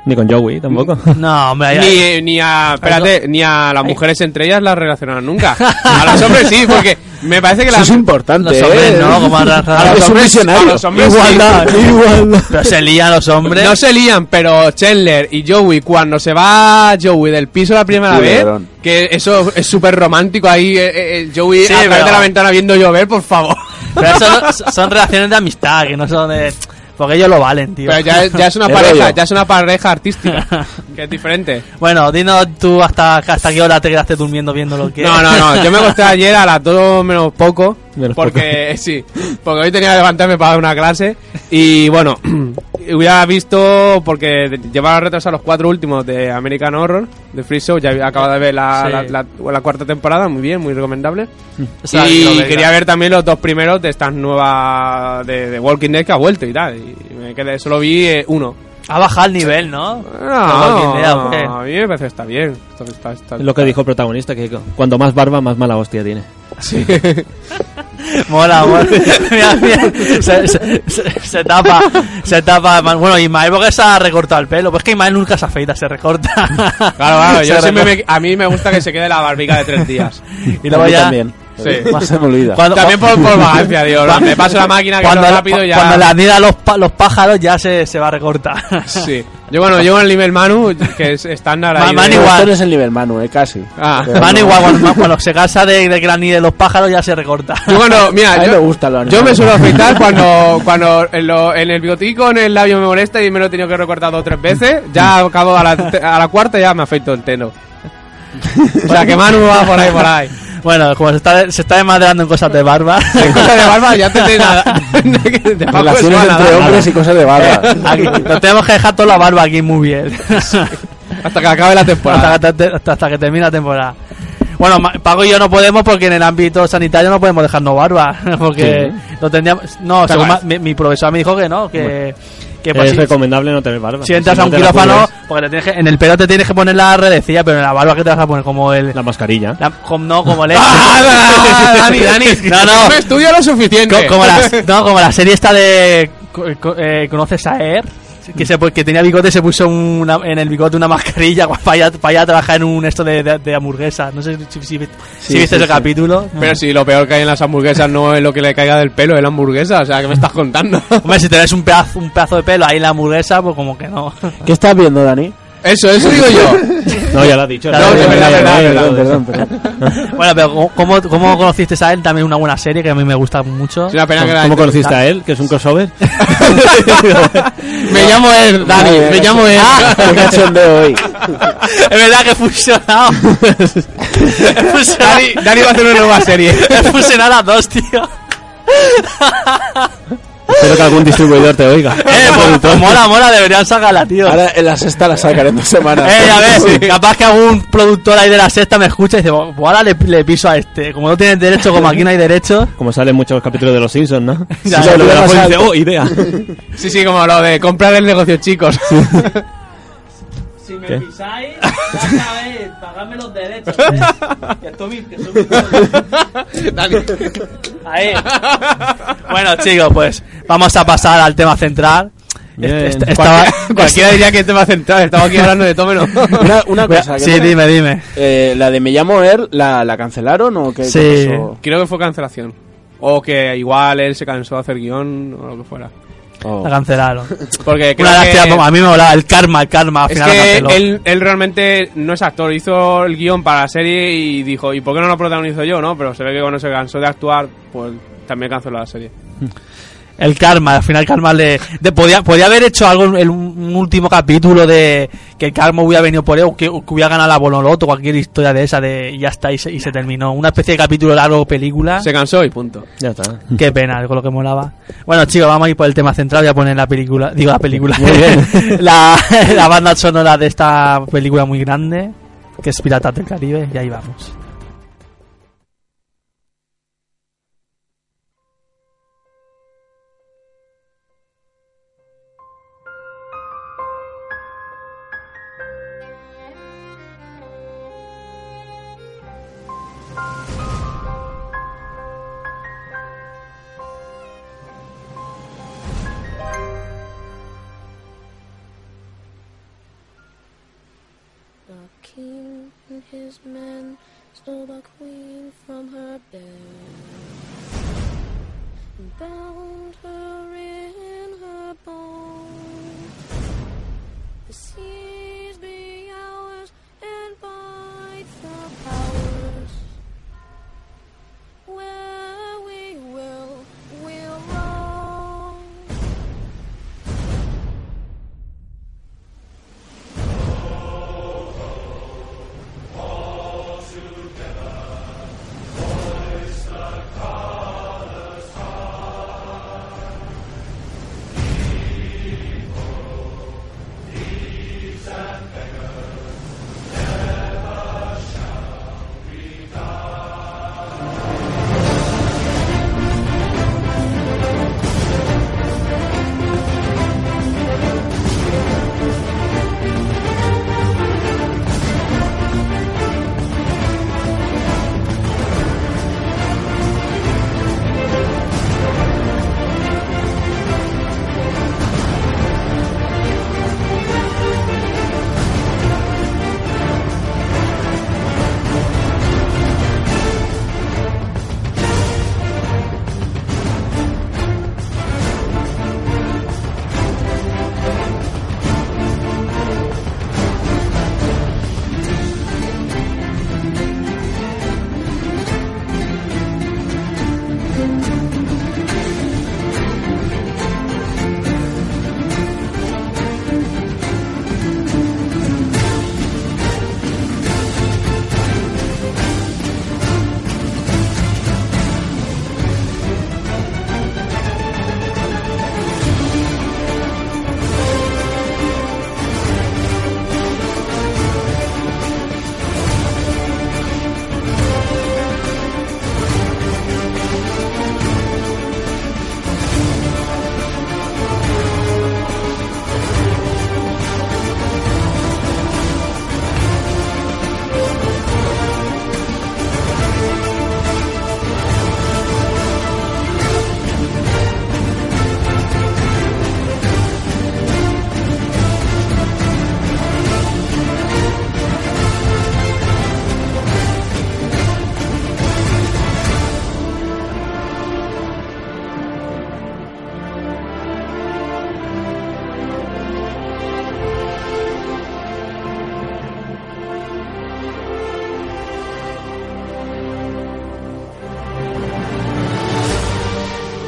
Ni con Joey tampoco. No, hombre, ahí- ahí- Ni, eh, ni a espérate, ni a las mujeres entre ellas las relacionaron nunca. A los hombres sí, porque me parece que Eso las es importante, los ¿eh? hombres no, como a la- Ahora es un hombres- visionario. a los hombres Igualdad, sí. igualdad. Pero se lían los hombres. No se lían, pero Chandler y Joey, cuando se va Joey del piso la primera Sí, vez, cabrón. que eso es súper romántico ahí, eh, eh, el Joey Sí, a través pero- de la ventana viendo llover, por favor. Pero eso son- son relaciones de amistad, que no son de. Porque ellos lo valen, tío. Pero ya, es- ya es una Qué pareja, rollo. ya es una pareja artística, que es diferente. Bueno, dinos tú hasta, hasta qué hora te quedaste durmiendo viendo lo que. No, no, no, yo me acosté ayer a las 2 menos poco, Menos porque sí, porque hoy tenía que levantarme para dar una clase y bueno, hubiera visto, porque llevaba retrasados los cuatro últimos de American Horror, de Free Show, ya acabo de ver la, Sí. la- la- la cuarta temporada, muy bien, muy recomendable. O sea, y lo que- quería ver también los dos primeros de estas nuevas de, de Walking Dead que ha vuelto y tal. Y me quedé, solo vi eh, uno. Ha bajado el nivel, ¿no? No, Walking Dead, ¿o qué? Ah, a mí me parece que está bien. Esto está- está- Es lo que dijo el protagonista, que cuanto más barba, más mala hostia tiene. Sí. Mola, mola. Mira, mira, Se, se- se- se tapa, se tapa. Man- Bueno, Ismael porque se ha recortado el pelo. Pues es que Ismael nunca se afeita, se recorta. Claro, Claro, claro, yo siempre me- a mí me gusta que se quede la barbica de tres días. Y luego A mí ya... también. Sí. Más se me olvida. Cuando, También por, por vagancia, tío. cuando- Me paso la máquina que cuando, lo la- rápido ya. cuando le anida los, pa- los pájaros ya se, se va a recortar. Sí. Yo, bueno, llego al nivel Manu, que es estándar ahí. Ma- de- Manu igual. Esto no es el nivel Manu, eh, casi. Ah. Pero Van no. igual, cuando, cuando se cansa de, de que la anide los pájaros ya se recorta. Yo cuando, mira, A mí yo, me gustan los yo me animales. suelo afeitar cuando, cuando en, lo- en el bigotico, en el labio me molesta y me lo he tenido que recortar dos o tres veces. Ya acabo a la, te- a la cuarta ya me afeito el telo. O sea que Manu va por ahí, por ahí. Bueno, como se está, se está desmadrando en cosas de barba. En cosa de barba ya te nada. De Paco Relaciones Suárez, entre nada. hombres y cosas de barba. Aquí, nos tenemos que dejar toda la barba aquí muy bien. Hasta que acabe la temporada. hasta, que- hasta- hasta que termine la temporada. Bueno, Ma- Paco y yo no podemos porque en el ámbito sanitario no podemos dejarnos barba. Porque lo tendríamos. No, según ma- mi, mi profesor me dijo que no, que. Eh, que pues, es si- recomendable no tener barba. si entras no a un te la quirófano, cubres, porque te tienes que- en el pelo te tienes que poner la redecilla, pero en la barba que te vas a poner como el. La mascarilla. la- como, no, como el. Ah, Dani, Dani. No, no. me estudio lo suficiente. Co- como, la, no, como la serie esta de. co- co- eh, ¿Conoces a Air? Que, se, pu- que tenía bigote y se puso una- en el bigote una mascarilla para ir a, para ir a trabajar en un esto de, de, de hamburguesa. No sé si, si- si viste Sí, sí, ese sí. capítulo. Pero si lo peor que hay en las hamburguesas no es lo que le caiga del pelo, es la hamburguesa. O sea, ¿qué me estás contando? Hombre, si tenés un pedazo, un pedazo de pelo ahí en la hamburguesa, pues como que no. ¿Qué estás viendo, Dani? Eso, eso digo yo. No, ya lo has dicho. No, ya lo has de verdad, Eh, dicho. verdad, eh, verdad. Perdón, perdón. bueno, pero ¿cómo, ¿cómo conociste a él? También una buena serie que a mí me gusta mucho. Es una pena que la ¿Cómo gente- conociste a él? Que es un crossover. Me llamo él, Dani. Me llamo eh. él. eh, ah, Ah. Qué cachondeo hoy. es verdad que he fusionado. he fusionado. Dani, Dani va a hacer una nueva serie. he fusionado las dos, tío. Espero que algún distribuidor te oiga. Eh, pues, pues mola, mola, deberían sacarla, tío. Ahora en la sexta la sacaré en dos semanas. Eh, ya ves, capaz que algún productor ahí de la sexta me escucha y dice, "Buah, ahora le, le piso a este. Como no tienen derecho, como aquí no hay derecho. Como salen muchos capítulos de los Simpsons, ¿no? Ya, Sí, lo lo que de la pasa- dice, oh, idea. Sí, sí, como lo de comprar el negocio, chicos. Si me ¿Qué? pisáis, ya sabéis, pagadme los derechos. Que Dani. Ahí. Bueno, chicos, pues vamos a pasar al tema central. Bien. Est- est- estaba- Cualquiera diría que te va a centrar. Estamos aquí hablando de Tómelo. Una, una cosa. que Sí, no- dime, dime. eh, la de Me llamo Er, ¿la, la cancelaron o qué? Sí. qué pasó? Creo que fue cancelación. O que igual él se cansó de hacer guión o lo que fuera. La Oh, cancelaron. Porque creo Una que... lástima, a mí me volaba el karma, el karma. Al Es final lo que canceló. él, él realmente no es actor, hizo el guión para la serie y dijo, ¿y por qué no lo protagonizo yo? no Pero se ve que cuando se cansó de actuar, pues también canceló la serie. El karma, al final karma le... de- podía, podía haber hecho algo en el- un último capítulo de que el karma hubiera venido por él, o que, o que hubiera ganado la Bonoloto, cualquier historia de esa, de y ya está, y se, y se terminó. Una especie de capítulo largo o película. Se cansó y punto. Ya está. Qué pena, con lo que molaba. Bueno, chicos, vamos a ir por el tema central, voy a poner la película, digo la película, la, la banda sonora de esta película muy grande, que es Piratas del Caribe, y ahí vamos. The king and his men stole the queen from her bed and bound her in her bonds. The seas be ours and bite the powers. Where we will, we'll roam. These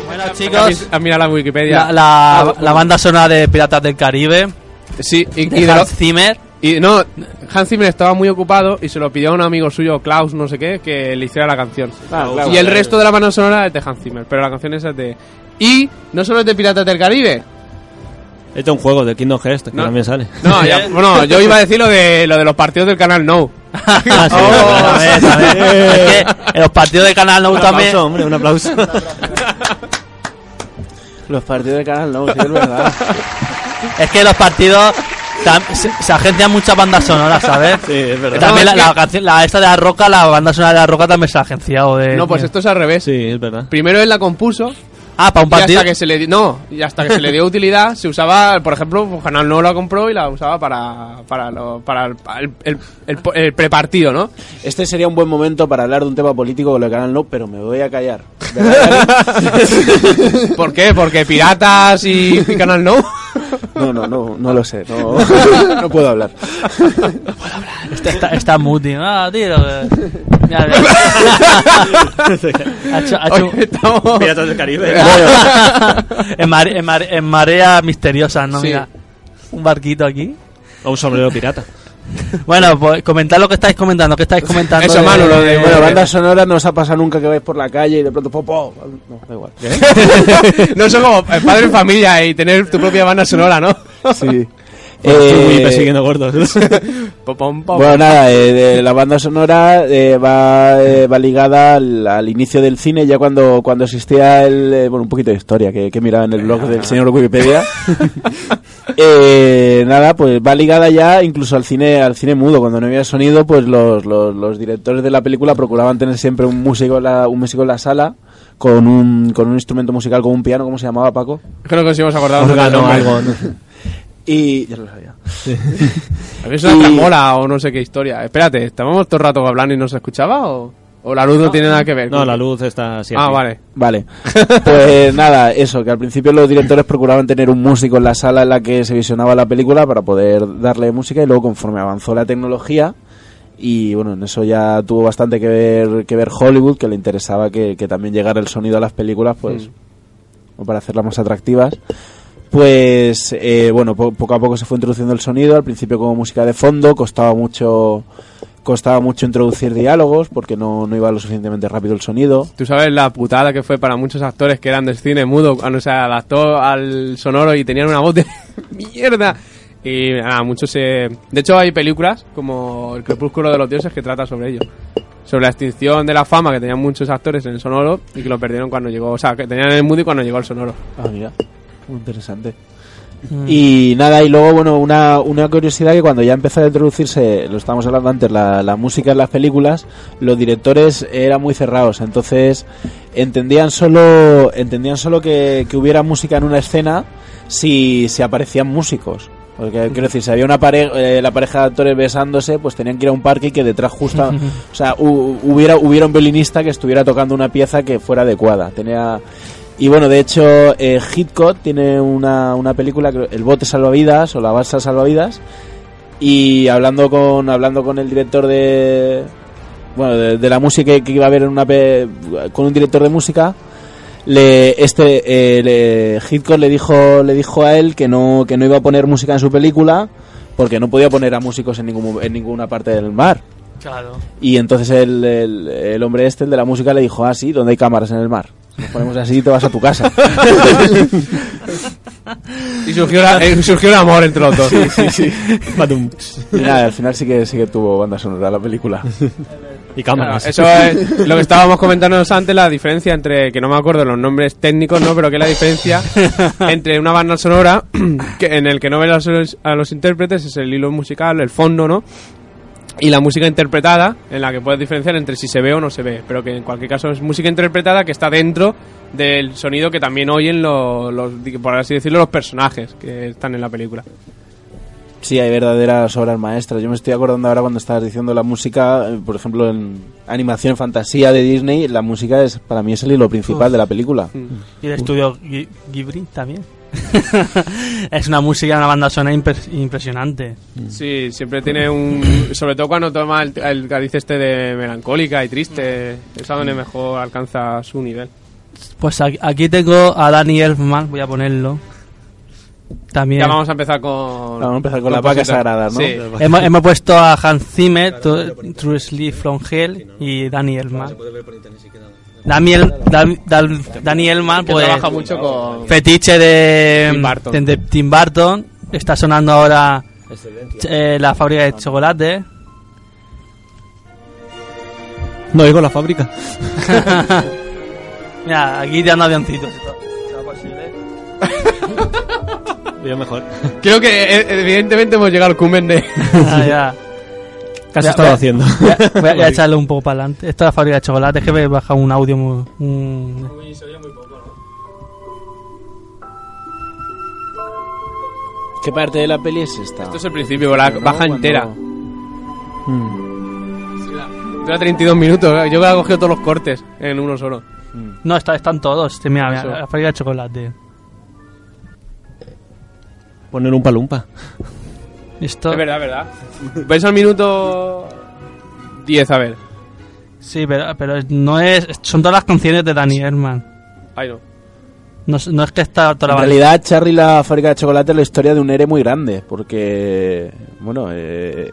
Bueno, chicos, Has mirado ah, la Wikipedia. la, Ah, la- la banda sonora de Piratas del Caribe, Sí, y, de y de Hans lo- Zimmer. y no, Hans Zimmer estaba muy ocupado y se lo pidió a un amigo suyo, Klaus, no sé qué, que le hiciera la canción. Ah, Ah, y el resto de la banda sonora es de Hans Zimmer, pero la canción esa es de. Y no solo es de Piratas del Caribe. Este es un juego de Kingdom Hearts, que No. también sale. No, ya- bueno, yo iba a decir lo de, lo de los partidos del canal No. Ah, Oh. sí, A ver, a ver. ¿eh? Es que en los partidos de Canal No Un también. aplauso, hombre, un aplauso. Los partidos de canal no, sí, es verdad. Es que los partidos tam- se, se agencian muchas bandas sonoras, ¿sabes? Sí, es verdad. También No, la, es la canción- la esta de la roca, la banda sonora de la roca también se ha agenciado de. No, pues esto es al revés. Sí, es verdad. Primero él la compuso Ah, para un y partido. hasta que se le di- no, y hasta que se le dio utilidad se usaba, por ejemplo, pues, Canal No la compró y la usaba para para, lo- para el, el, el- el- el prepartido, ¿no? Este sería un buen momento para hablar de un tema político con lo de canal no, pero me voy a callar. ¿Por qué? Porque piratas y, y Canal No. No, no, no, no lo sé. No, no puedo hablar. Está, está, está muti. Ah, tío. eh. Mira, mira. ha hecho, ha hecho- Oye, estamos- Piratas del Caribe. en, mare- en mare- en marea misteriosa, ¿no? Sí. Mira. Un barquito aquí. O un sombrero pirata. Bueno, pues comentad lo que estáis comentando. ¿Qué estáis comentando? Eso, Manu, lo de- Bueno, bandas sonoras no os ha pasado nunca que vais por la calle y de pronto po, po. No, da igual. ¿Eh? no son como eh, padre y familia y tener tu propia banda sonora, ¿no? Sí. Estoy muy Eh, persiguiendo gordos. Po, pom, pom. Bueno, nada, eh, de la banda sonora eh, va, eh, va ligada al, al inicio del cine, ya cuando, cuando existía el. eh, bueno, un poquito de historia que, que he mirado en el blog del señor Wikipedia. Eh, nada, pues va ligada ya incluso al cine al cine mudo. Cuando no había sonido, pues los, los, los directores de la película procuraban tener siempre un músico en la, un músico en la sala con un, con un instrumento musical, con un piano, ¿cómo se llamaba, Paco? Es que no conseguimos acordarnos de Órgano o nombre. algo. ¿no? Y. Ya lo sabía. A mí es una Y- tramola o no sé qué historia. Espérate, ¿estábamos todo el rato hablando y no se escuchaba? ¿O, o la luz no, tiene nada que ver? No, la luz está así. Ah, aquí. vale. Vale. Pues nada, eso, que al principio los directores procuraban tener un músico en la sala en la que se visionaba la película para poder darle música y luego conforme avanzó la tecnología y bueno, en eso ya tuvo bastante que ver, que ver Hollywood, que le interesaba que, que también llegara el sonido a las películas, pues, o para hacerlas más atractivas. Pues eh, bueno, po- poco a poco se fue introduciendo el sonido, al principio como música de fondo, costaba mucho costaba mucho introducir diálogos porque no, no iba lo suficientemente rápido el sonido. Tú sabes la putada que fue para muchos actores que eran del cine mudo, cuando se adaptó al sonoro y tenían una voz de mierda. Y nada, muchos se... De hecho hay películas como El crepúsculo de los dioses que trata sobre ello. Sobre la extinción de la fama que tenían muchos actores en el sonoro y que lo perdieron cuando llegó... O sea, que tenían el mudo y cuando llegó el sonoro. Ah, mira, muy interesante. Y nada, y luego, bueno, una, una curiosidad que cuando ya empezó a introducirse, lo estábamos hablando antes, la, la música en las películas, los directores eran muy cerrados, entonces entendían solo, entendían solo que, que hubiera música en una escena si, si aparecían músicos. Porque, quiero decir, si había una pareja, la pareja de actores besándose, pues tenían que ir a un parque y que detrás justa, o sea, hu- hubiera, hubiera un violinista que estuviera tocando una pieza que fuera adecuada. Tenía, y bueno, de hecho, eh, Hitchcock tiene una, una película, creo- El bote salvavidas o La balsa salvavidas. Y hablando con, hablando con el director de. Bueno, de, de la música que iba a haber en una. pe- con un director de música. Le, este eh, le- Hitchcock le dijo le dijo a él que no que no iba a poner música en su película porque no podía poner a músicos en ningún, en ninguna parte del mar Claro. y entonces el, el, el hombre este, el de la música, le dijo, ah, sí, ¿dónde hay cámaras en el mar? Nos ponemos así y te vas a tu casa. Y surgió, la- eh, surgió el amor entre los dos. Badum. Y nada, al final sí que, sí que tuvo banda sonora la película. Y Claro, cámaras. Ah, eso es lo que estábamos comentándonos antes, la diferencia entre, que no me acuerdo los nombres técnicos, ¿no? Pero que es la diferencia entre una banda sonora que, en el que no ves a los, a los intérpretes, es el hilo musical, el fondo, ¿no? Y la música interpretada, en la que puedes diferenciar entre si se ve o no se ve, pero que en cualquier caso es música interpretada que está dentro del sonido que también oyen los, los por así decirlo, los personajes que están en la película. Sí, hay verdaderas obras maestras. Yo me estoy acordando ahora cuando estabas diciendo la música, eh, por ejemplo, en animación fantasía de Disney, la música es para mí es el hilo principal de la película. Y el estudio Ghi- Ghibli también. es una música, una banda sonora impres- impresionante. Sí, siempre tiene un. Sobre todo cuando toma el, el cáliz este de melancólica y triste. Es a donde mejor alcanza su nivel. Pues aquí, aquí tengo a Danny Elfman, voy a ponerlo. También. Ya vamos a empezar con. Vamos a empezar con las vacas cositas. sagradas, ¿no? Pues, Sí. Hemos, hemos puesto a Hans Zimmer, Tu- True Sleep from Hell y Danny Elfman. Daniel, Dan- Dan- Danny Elfman, Que pues. trabaja mucho con. Fetiche de Tim Burton. de- de Tim Burton. Está sonando ahora eh, la fábrica de chocolate. No digo la fábrica. Mira, aquí tirando avioncitos. Yo mejor. Creo que eh, evidentemente hemos llegado al cumen de. Ah, ya. Casi Ya, estaba ya. haciendo. Voy a, voy a- voy a echarle un poco para adelante. Esto es la fábrica de chocolate, es que me baja un audio muy. un- ¿Qué parte de la peli es esta? Esto es el principio, la Pero no, baja cuando- entera. Dura 32 minutos. ¿eh? Yo me he cogido todos los cortes en uno solo. No, está, están todos. Sí, Mira, mira, Eso. la fábrica de chocolate. Poner un palumpa. Esto, Es verdad, es verdad. Vais al minuto 10, a ver. sí, pero, pero no es. Son todas las canciones de Danny Herman. Ay, no. No, es- no es que está toda En la realidad, Charlie y la fábrica de chocolate es la historia de un ere muy grande, porque, bueno, eh,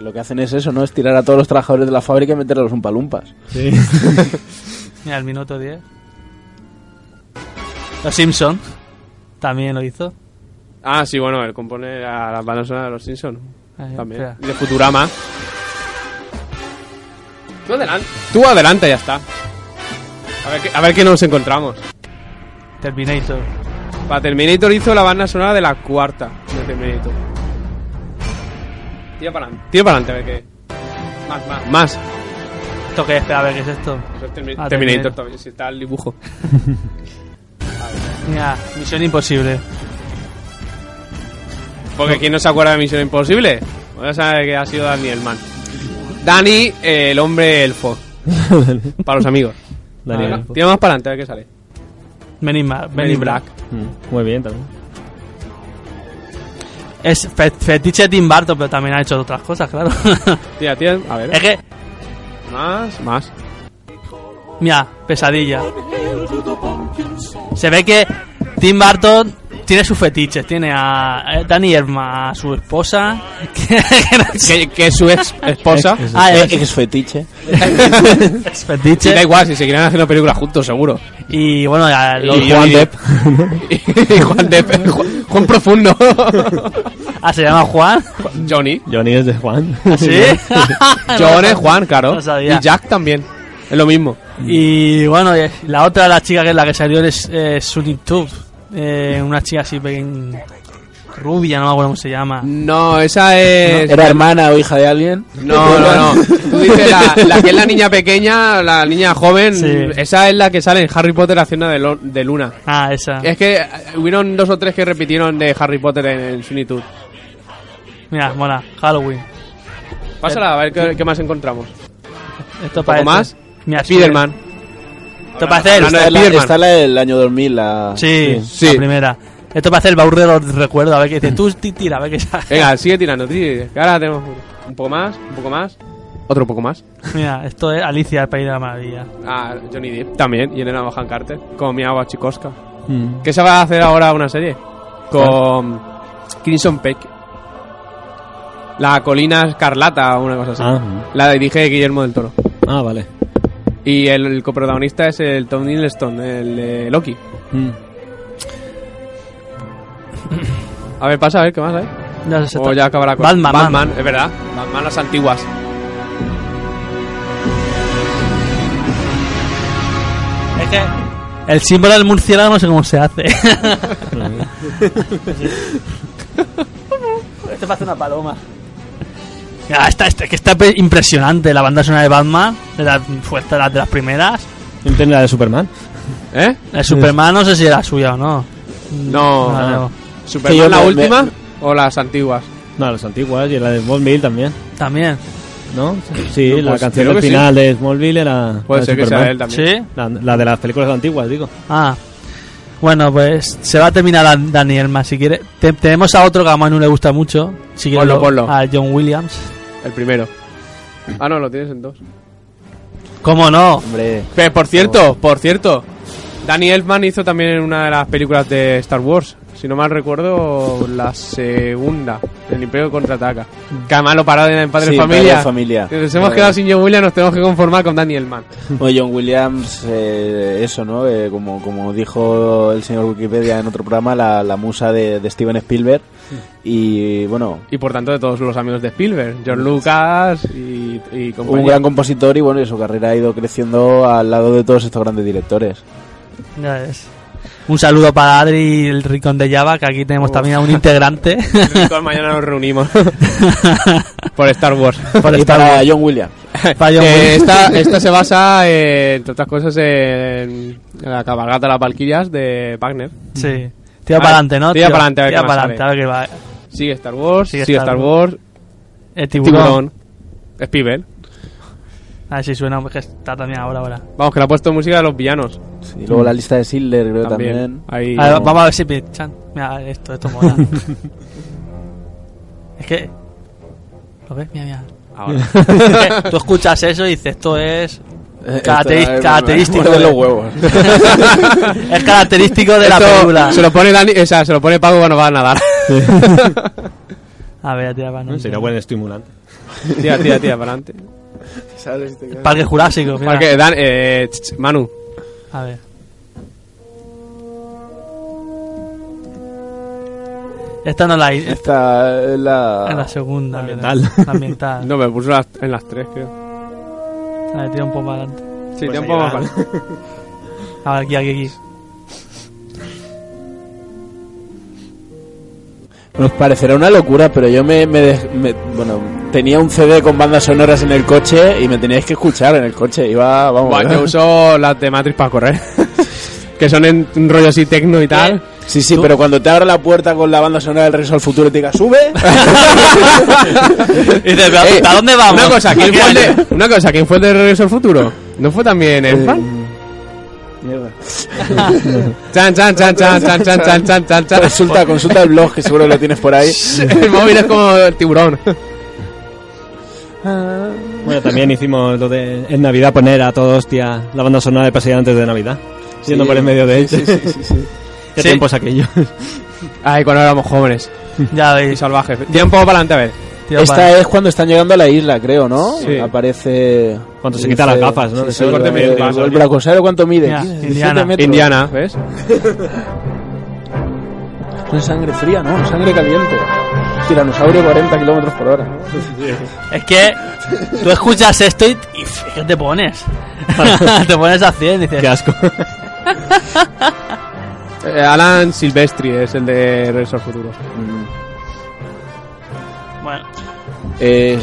lo que hacen es eso, ¿no? Es tirar a todos los trabajadores de la fábrica y meterlos un palumpas. Sí. Mira, el minuto 10. Los Simpson también lo hizo. Ah, sí, bueno, él compone a las bandas sonoras de los Simpsons. Ahí, También. Ah, espera. Y De Futurama. Tú adelante. Tú adelante, ya está. A ver, qué, a ver qué nos encontramos. Terminator. Para Terminator hizo la banda sonora de la cuarta de Terminator. Tira para adelante. Tira para adelante, a ver qué. Más, más. Más. Esto que es, espera, a ver qué es esto. Eso es Termi- Ah, Terminator, Terminator. también, si está el dibujo. Mira, Misión Imposible. Porque ¿quién no se acuerda de Misión Imposible? Voy a saber que ha sido Danny el man. Danny, eh, el hombre elfo. para los amigos. Daniel. Tira más- Tira más para adelante, a ver qué sale. Men in, Ma- Men in Black. Mm, Muy bien también. Es fe- fetiche de Tim Burton, pero también ha hecho otras cosas, claro. Tira, tira. A ver. es que, Más, más. mira, pesadilla. Se ve que Tim Burton tiene sus fetiches. Tiene a eh, Danny Erma, a su esposa. que- que no sé. Que, que su ex esposa. ah, Eh, es, Es fetiche. es Sí, da fetiche. igual, si seguirán haciendo películas juntos, seguro. Y bueno, ya lo- Y Juan Depp. y Juan Depp. Juan, Juan Profundo. Ah, se llama Juan. Johnny. Johnny es de Juan. ¿Sí? John es Juan, claro. Ah, No sabía. Y Jack también. Es lo mismo. Y bueno, y la otra, la chica que la que salió es eh, Sunny Tube. Eh, una chica así pequeña. Rubia, no me acuerdo cómo se llama. No, esa es. ¿Era hermana o hija de alguien? No, no, no. Tú dices la, la que es la niña pequeña, la niña joven. Sí. Esa es la que sale en Harry Potter haciendo de, lo- de Luna. Ah, esa. Es que eh, hubieron dos o tres que repitieron de Harry Potter en, en Sunitude. Mira, mola. Halloween. Pásala, a ver qué, qué más encontramos. Esto poco parece. más? Mira, Spiderman. Esto parece el. hablando Está, de la- Spiderman. está la del año 2000, la... Sí, Sí. la primera. Esto parece el baúl de los recuerdos. A ver qué dice. Tú ti- tira, a ver qué sale. Venga, sigue tirando, tío. Que ahora tenemos un poco más, un poco más, otro poco más. Mira, esto es Alicia, el país de la maravilla. Ah, Johnny Depp también, y Elena Bajan Carter, con Miawa Chikoska. Mm. Que se va a hacer ahora una serie con Crimson Peck. La colina escarlata o una cosa así. Ah. La dirige Guillermo del Toro. Ah, vale. Y el, el coprotagonista es el Tom Hiddleston, el de Loki. Mm. A ver, pasa a ver qué más hay. Ya se O está- ya acabará con Batman, Batman, es verdad. Batman las antiguas. Es que el símbolo del murciélago no sé cómo se hace. este parece una paloma. Ya, esta, esta- que Ah, está pe- impresionante la banda sonora de Batman, de las, fue esta la- de las primeras. Entiende la de Superman. ¿Eh? El Superman no sé si era suya o no. No. Ah, no. Que yo ¿Superman la me- última o las antiguas? No, las antiguas y la de Smallville también. También. ¿No? Sí, No, la pues, canción creo del que final de Smallville era. Puede la de ser que Superman. sea él también. ¿Sí? La, la de las películas antiguas, digo. Ah. Bueno, pues se va a terminar Dan- Daniel más. Si quiere, Te- tenemos a otro que a Manu le gusta mucho. Si quiere, Ponlo, lo- ponlo. A John Williams. El primero. Ah, no, lo tienes en dos. ¿Cómo no? Hombre, Pero, por cierto, por cierto, Danny Elfman hizo también una de las películas de Star Wars. Si no mal recuerdo, la segunda, El Imperio Contraataca. Que además lo pararon en Padre Sí, Familia. Padre Familia. Que Nos hemos Eh. quedado sin John Williams, nos tenemos que conformar con Danny Elfman. o John Williams, eh, eso, ¿no? Eh, como, como dijo el señor Wikipedia en otro programa, la, la musa de, de Steven Spielberg. Y bueno, Y por tanto de todos los amigos de Spielberg. John Lucas y, y compañía. un gran compositor y bueno, y su carrera ha ido creciendo al lado de todos estos grandes directores. Ya ves. Un saludo para Adri el Rincón de Java, que aquí tenemos Uf. también a un integrante. Chicos, mañana nos reunimos. por Star Wars. Por y estar para John Williams. para John Eh, Williams. esta, esta se basa, eh, entre otras cosas, en la cabalgata de las Valquirias de Wagner. Sí. Tira Vale, para adelante, ¿no? Mm. tira pa'lante, a ver tira qué más pa'lante, a sale. ver qué va. Sigue Star Wars, sigue, Sigue Star, Star Wars, El tiburón. Tiburón, Spielberg. A ver si suena, porque está también ahora, ahora. Vamos, que le ha puesto música a los villanos. Y luego la lista de Silder, creo También. también. Ahí- A ver, vamos a ver si pinchan. Mira, esto, esto mola. es que. ¿Lo ves? Mira, mira. Ahora. Es que tú escuchas eso y dices, esto es. Eh, Caracteris- esto, eh, característico me muerde de- los huevos. es característico de la Esto película. Se lo pone Dani, o sea, se lo pone Paco cuando va a nadar. A ver, tira para Mm. adelante. Sería buen estimulante. tía, tía, tía, para adelante. Parque Jurásico, mira. Porque Dan, eh, ch- ch- Manu, A ver. Esta no la hay. Es Esta es la... la segunda. creo. ambiental. La ambiental. no, me puso las- en las tres, creo. A ver, tira un poco para adelante. Sí, Pues tiempo ahí más va. para- A ver, aquí, aquí, aquí. Nos parecerá una locura, pero yo me, me de- me- bueno, tenía un CD con bandas sonoras en el coche y me teníais que escuchar en el coche. Iba, vamos. Buah, yo uso las de Matrix para correr. que son en un rollo así tecno y tal. Sí, sí, pero cuando te abre la puerta con la banda sonora del Regreso al Futuro y te diga, sube. Y dices, ¿pero Eh, ¿a dónde vamos? Una cosa, ¿quién Aquí fue el hay- de, una cosa, ¿quién fue el de Regreso al Futuro? ¿No fue también el fan? Mierda. Chan, chan, chan, chan, chan, chan, chan, chan, chan, chan. Consulta, consulta el blog que seguro que lo tienes por ahí. El móvil es como el tiburón. Ah. Bueno, también hicimos lo de en Navidad poner a toda hostia la banda sonora de Paseo antes de Navidad. Yendo por el medio de ellos. ¿Qué Sí. tiempos aquellos? Ay, cuando éramos jóvenes Ya y veis. salvajes. Tiempo para adelante, a ver. Tira para- Esta es cuando están llegando a la isla, creo, ¿no? Sí. Aparece. Cuando se quita las gafas, ¿no? Sí, De sí, sol. el, Corte medio el- paso, el tío. bracosero, ¿cuánto mide? Mira, 17 Indiana. metros. Indiana, ¿ves? Con sangre fría, ¿no? Con sangre caliente. Tiranosaurio 40 kilómetros por hora. Es que tú escuchas esto y, y f- ¿qué te pones? te pones a 100 y Qué dices, asco. Eh, Alan Silvestri es el de Regreso al Futuro. Mm. bueno, Eh,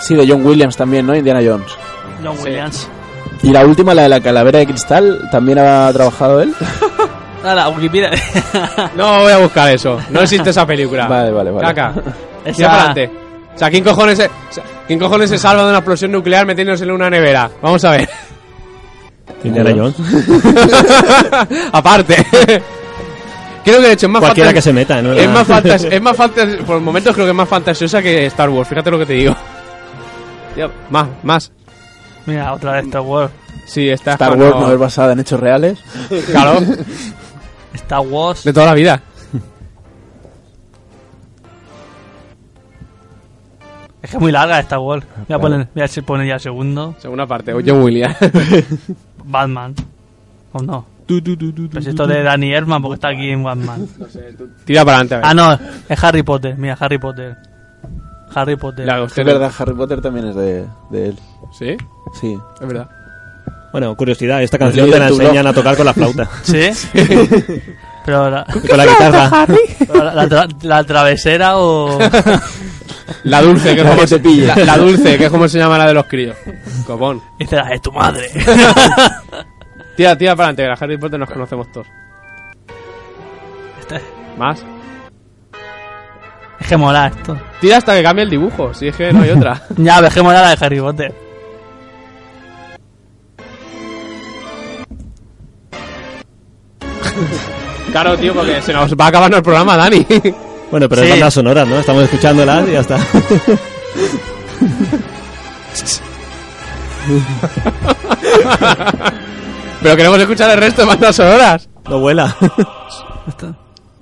sí, de John Williams también, ¿no? Indiana Jones. John Williams. Y la última, la de la calavera de cristal, también ha trabajado él. Nada, Wikipedia. No voy a buscar eso. No existe esa película. Vale, vale, vale. Caca. Esa- Tira para adelante. O sea, ¿quién cojones, se, o sea, ¿quién cojones se salva de una explosión nuclear metiéndose en una nevera? Vamos a ver. Indiana Jones. Aparte. Creo que de hecho es más Cualquiera fantas- que se meta, ¿no? Ah. Es más, fantas es más fantas por momentos creo que es más fantasiosa que Star Wars, fíjate lo que te digo. Ya, Más, más. Mira, otra vez Star Wars. Sí, está Star Wars no es basada en hechos reales. Claro, Star Wars. de toda la vida. Es que es muy larga Star Wars. Ah, Voy a, poner, voy a si- poner ya el segundo. Segunda parte, John Williams. Batman. ¿O no? Pues esto de Danny Elfman porque está aquí en Batman. Tira para adelante, a ver. Ah, no, es Harry Potter. Mira, Harry Potter. Harry Potter. La- Es usted- verdad, Harry Potter también es de, de él. Sí, Sí. es verdad. Bueno, curiosidad, esta canción Leader te la to enseñan Love. a tocar con la flauta. ¿Sí? Pero la, Y con la guitarra. pero la, la tra- la travesera o... La dulce, que es La como que te pille. la, la dulce, que es como se llama la de los críos. Copón. Dice, "Ah, es tu madre. Tira, tira para adelante, que la Harry Potter nos conocemos todos. Más. es que mola esto. Tira hasta que cambie el dibujo, si es que no hay otra. Ya, ves que mola la de Harry Potter. Claro, tío, porque se nos va a acabar el programa, Dani. Bueno, pero Sí. es banda sonora, ¿no? Estamos escuchándolas y ya está. Pero queremos escuchar el resto de bandas sonoras. No vuela. Está-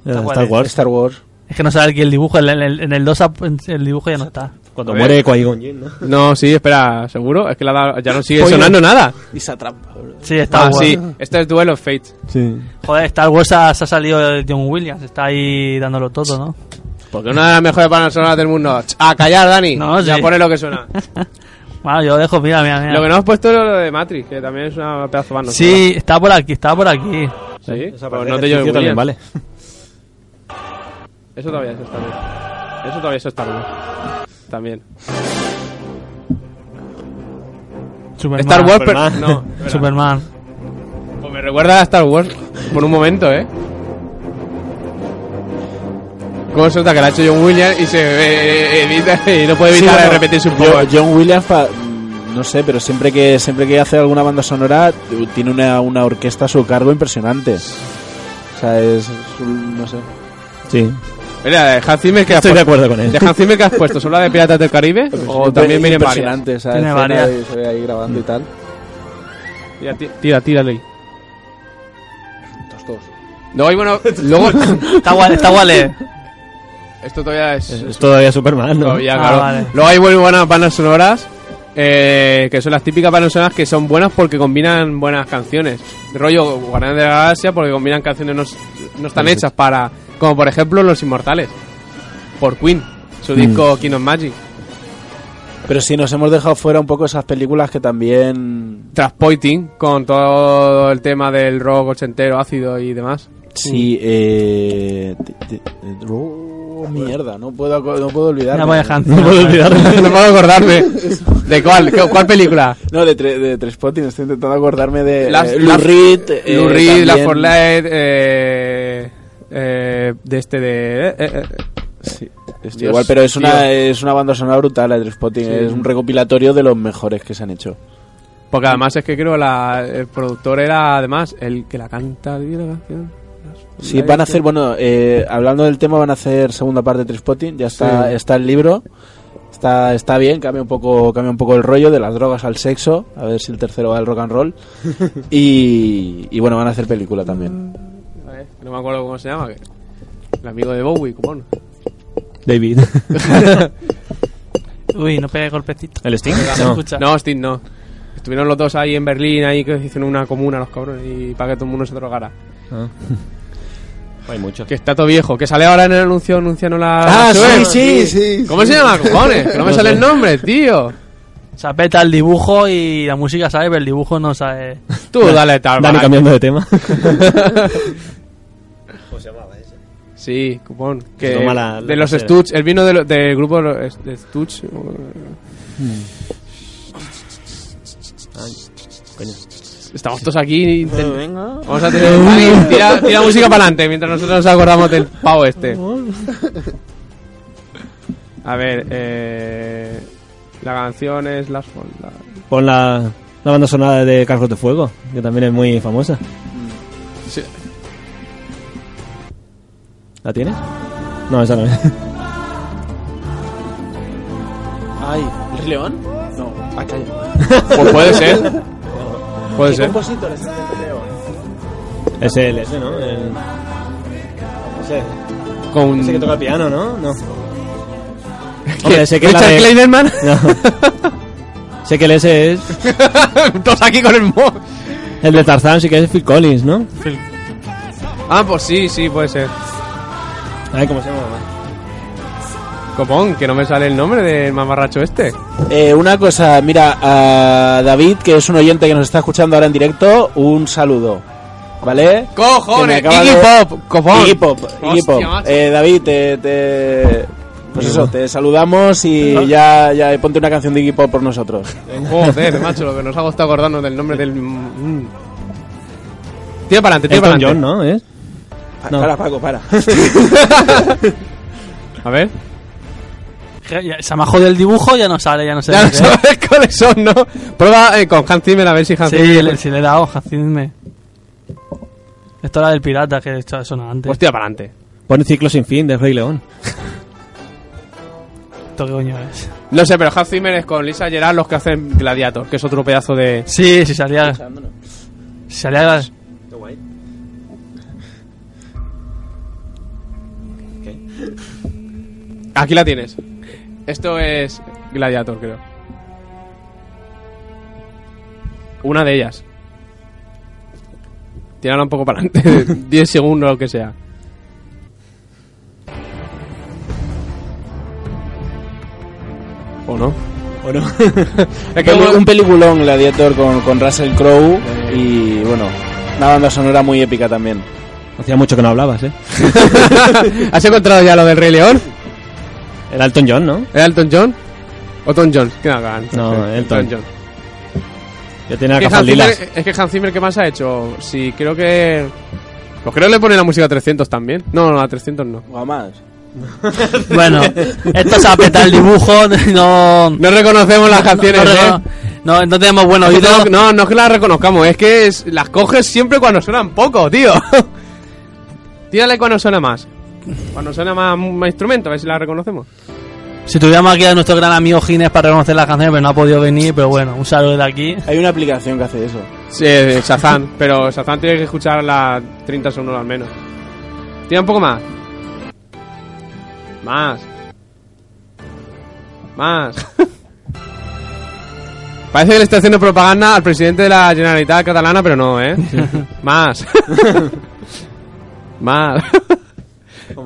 Era cuál Star es? Wars. Star Wars. Es que no sabe aquí el dibujo. En el, en el 2 ap- en- el dibujo ya no está. Cuando A ver. muere Qui-Gon Jinn, ¿no? No, sí, espera, ¿seguro? Es que la da- Pues ya no sigue sonando nada. Y esa trampa, bro. Sí, Star Ah, Wars. sí, este es Duel of Fate. Sí. Joder, Star Wars ha- se ha salido el John Williams. Está ahí dándolo todo, ¿no? Porque una de las mejores bandas sonoras del mundo. Ch, A callar, Dani. No, Ya sí. pone lo que suena. Bueno, yo lo dejo. Mira, mira, mira. Lo que no has puesto es lo de Matrix, que también es una pedazo de banda sonora. sí, está por aquí, está por aquí. Sí, Esa pues parte no de te lleves ejercicio Williams. también, vale. Eso todavía es Star Wars. Eso todavía es Star Wars. También. Superman. Star Wars, pero. Superman. No, espera. Superman. Pues me recuerda a Star Wars por un momento, ¿eh? Cómo suelta que la ha hecho John Williams y se eh, evita y no puede evitar Sí, bueno, repetirse un poco. yo- John Williams, pa- mm, no sé, pero siempre que siempre que hace alguna banda sonora eh, tiene una, una orquesta a su cargo impresionante. O sea, es, es un- no sé. Sí. Mira, de Hans Zimmer que has Estoy de puesto. acuerdo con él. ¿De Hans Zimmer que has puesto? ¿Solo la de Piratas del Caribe? ¿O Oh, también vienen varias? Pues, Mm. impresionante, o sea, Tiene escena varias. y se ve ahí grabando y tal. Tira, ti- tira, tírale ahí. No, y bueno, luego... Está guay, eh. está guay. Esto todavía es... Eh, Es todavía Superman, ¿no? todavía, Ah, claro. vale. Luego hay muy buenas bandas sonoras, eh, que son las típicas bandas sonoras que son buenas porque combinan buenas canciones. Rollo Guardianes de la Galaxia porque combinan canciones no, s- no están hechas para... Como por ejemplo Los Inmortales, por Queen, su disco King of Magic. Pero sí, nos hemos dejado fuera un poco esas películas que también. Transpoiting, con todo el tema del rock ochentero, ácido y demás. Sí, eh. te- te- te- oh, mierda, no puedo, aco- no puedo olvidar. Ya voy a dejar. No puedo olvidarme. no puedo acordarme. ¿De cuál? ¿Cu- ¿Cuál película? No, de, tre- de Trespotting, estoy intentando acordarme de. Las- eh, Lou las- Reed. eh, Lou Reed, La también. Forlight, eh, eh, de este de... eh, eh, eh. Sí, estoy Dios, igual, pero es tío. una, es una banda sonora brutal la de Trespotting. Es un recopilatorio de los mejores que se han hecho. Porque además es que creo la, el productor era además el que la canta. ¿sí, la canción? Sí, van a hacer, bueno, eh, hablando del tema, van a hacer segunda parte de Trespotting. Ya está, Sí. está el libro. Está, está bien, cambia un poco, cambia un poco el rollo de las drogas al sexo, a ver si el tercero va al rock and roll. Y, y bueno, van a hacer película también. A ver, No me acuerdo cómo se llama. que- El amigo de Bowie, ¿cómo no? David. Uy, no pegué golpecito. ¿El Sting? Se No. escucha. No, Steve, no. Estuvieron los dos ahí en Berlín, ahí que hicieron una comuna los cabrones y para que todo el mundo se drogara. Ah. Hay mucho. Que está todo viejo, que sale ahora en el anuncio anunciando la... la sí, Suez. Ah, sí, sí. ¿Cómo se llama, cojones? Que no me No sale sé. el nombre, tío. Se apeta el dibujo y la música sabe, pero el dibujo no sabe. Tú dale tal. Dani cambiando de tema. Sí, cupón. Que Toma la- la de los tercera. Stutz, el vino de lo- del grupo de los de uh, Stutz. Hmm. Coño. Estamos todos aquí. inten- Vamos a tener. Dani, tira, tira música para adelante mientras nosotros nos acordamos del pavo este. A ver, eh. La canción es Last Fall. la- Pon la, la banda sonora de Carros de Fuego, que también es muy famosa. Sí. ¿La tienes? No, esa no es. Ay, ¿el León? No, acá hay- Pues puede ser. Puede ¿Qué ser. pues, compositor es el del León? Es el ese, ¿no? El... Ese, Con. ese que toca el piano, ¿no? No. Hombre, sé que es la Richard de- Kleiderman. No. sé que el ese es... Todos aquí con el mo. El de Tarzán sí que es Phil Collins, ¿no? Ah, pues sí, sí, puede ser. Ay, ¿cómo se llama? Copón, que no me sale el nombre del mamarracho este. Eh, una cosa, mira, a David, que es un oyente que nos está escuchando ahora en directo, un saludo. ¿Vale? ¡Cojones! Que me acaba Iggy de- Pop, copón. Iggy Pop, Iggy Hostia, Pop. macho. Eh, David, te, te- Pues eso, te saludamos y ya, ya ponte una canción de Iggy Pop por nosotros. Joder, macho, lo que nos ha costado acordarnos del nombre del. mm. Tira para adelante, tira para Elton John, adelante. ¿no? ¿Es? Pa- No. Para, Paco, para. A ver. Je- ya- Se me ha jodido el dibujo, ya no sale, ya no sé. Ya no qué es. sabes cuáles son, ¿no? Prueba eh, con Hans Zimmer a ver si Hans Sí, Zimmer- el- si le he dado, jacidme. Esto era del pirata que he hecho sonaba antes. Pues tira para adelante. Pon el ciclo sin fin de Rey León. esto qué coño es. No sé, pero Hans Zimmer es con Lisa Gerard los que hacen Gladiator, que es otro pedazo de... Sí, si salía. Si salía. Aquí la tienes. Esto es Gladiator, creo. Una de ellas. Tírala un poco para adelante. 10 segundos, lo que sea. ¿O no? ¿O no? Es que Peli- luego- un peliculón Gladiator con, con Russell Crowe y bueno, una banda sonora muy épica también. Hacía mucho que no hablabas, ¿eh? ¿Has encontrado ya lo del Rey León? El Alton John, ¿no? ¿El Elton John? ¿O Tom Jones? Que no, no, No, sé. Elton. Elton John. Yo tenía Es que, Hans cafaldilas. Zimmer, es que Hans Zimmer, ¿qué más ha hecho? Sí, creo que... Pues creo que le pone la música a 300 también. No, no, a 300 no. O más. Bueno, esto se apeta el dibujo, no. No reconocemos las canciones, no, ¿eh? no, no, no tenemos buen Es que oído. tengo- no, no es que las reconozcamos, es que es- las coges siempre cuando suenan poco, tío. Tírale cuando suena más. Cuando suena más, más instrumento, a ver si las reconocemos. Si tuviéramos aquí a nuestro gran amigo Gines para reconocer las canciones, pero no ha podido venir, pero bueno, un saludo de aquí. Hay una aplicación que hace eso. Sí, eh, Shazam, pero Shazam tiene que escuchar las 30 segundos al menos. Tira un poco más. Más. Más. Parece que le está haciendo propaganda al presidente de la Generalitat catalana, pero no, ¿eh? Más. más.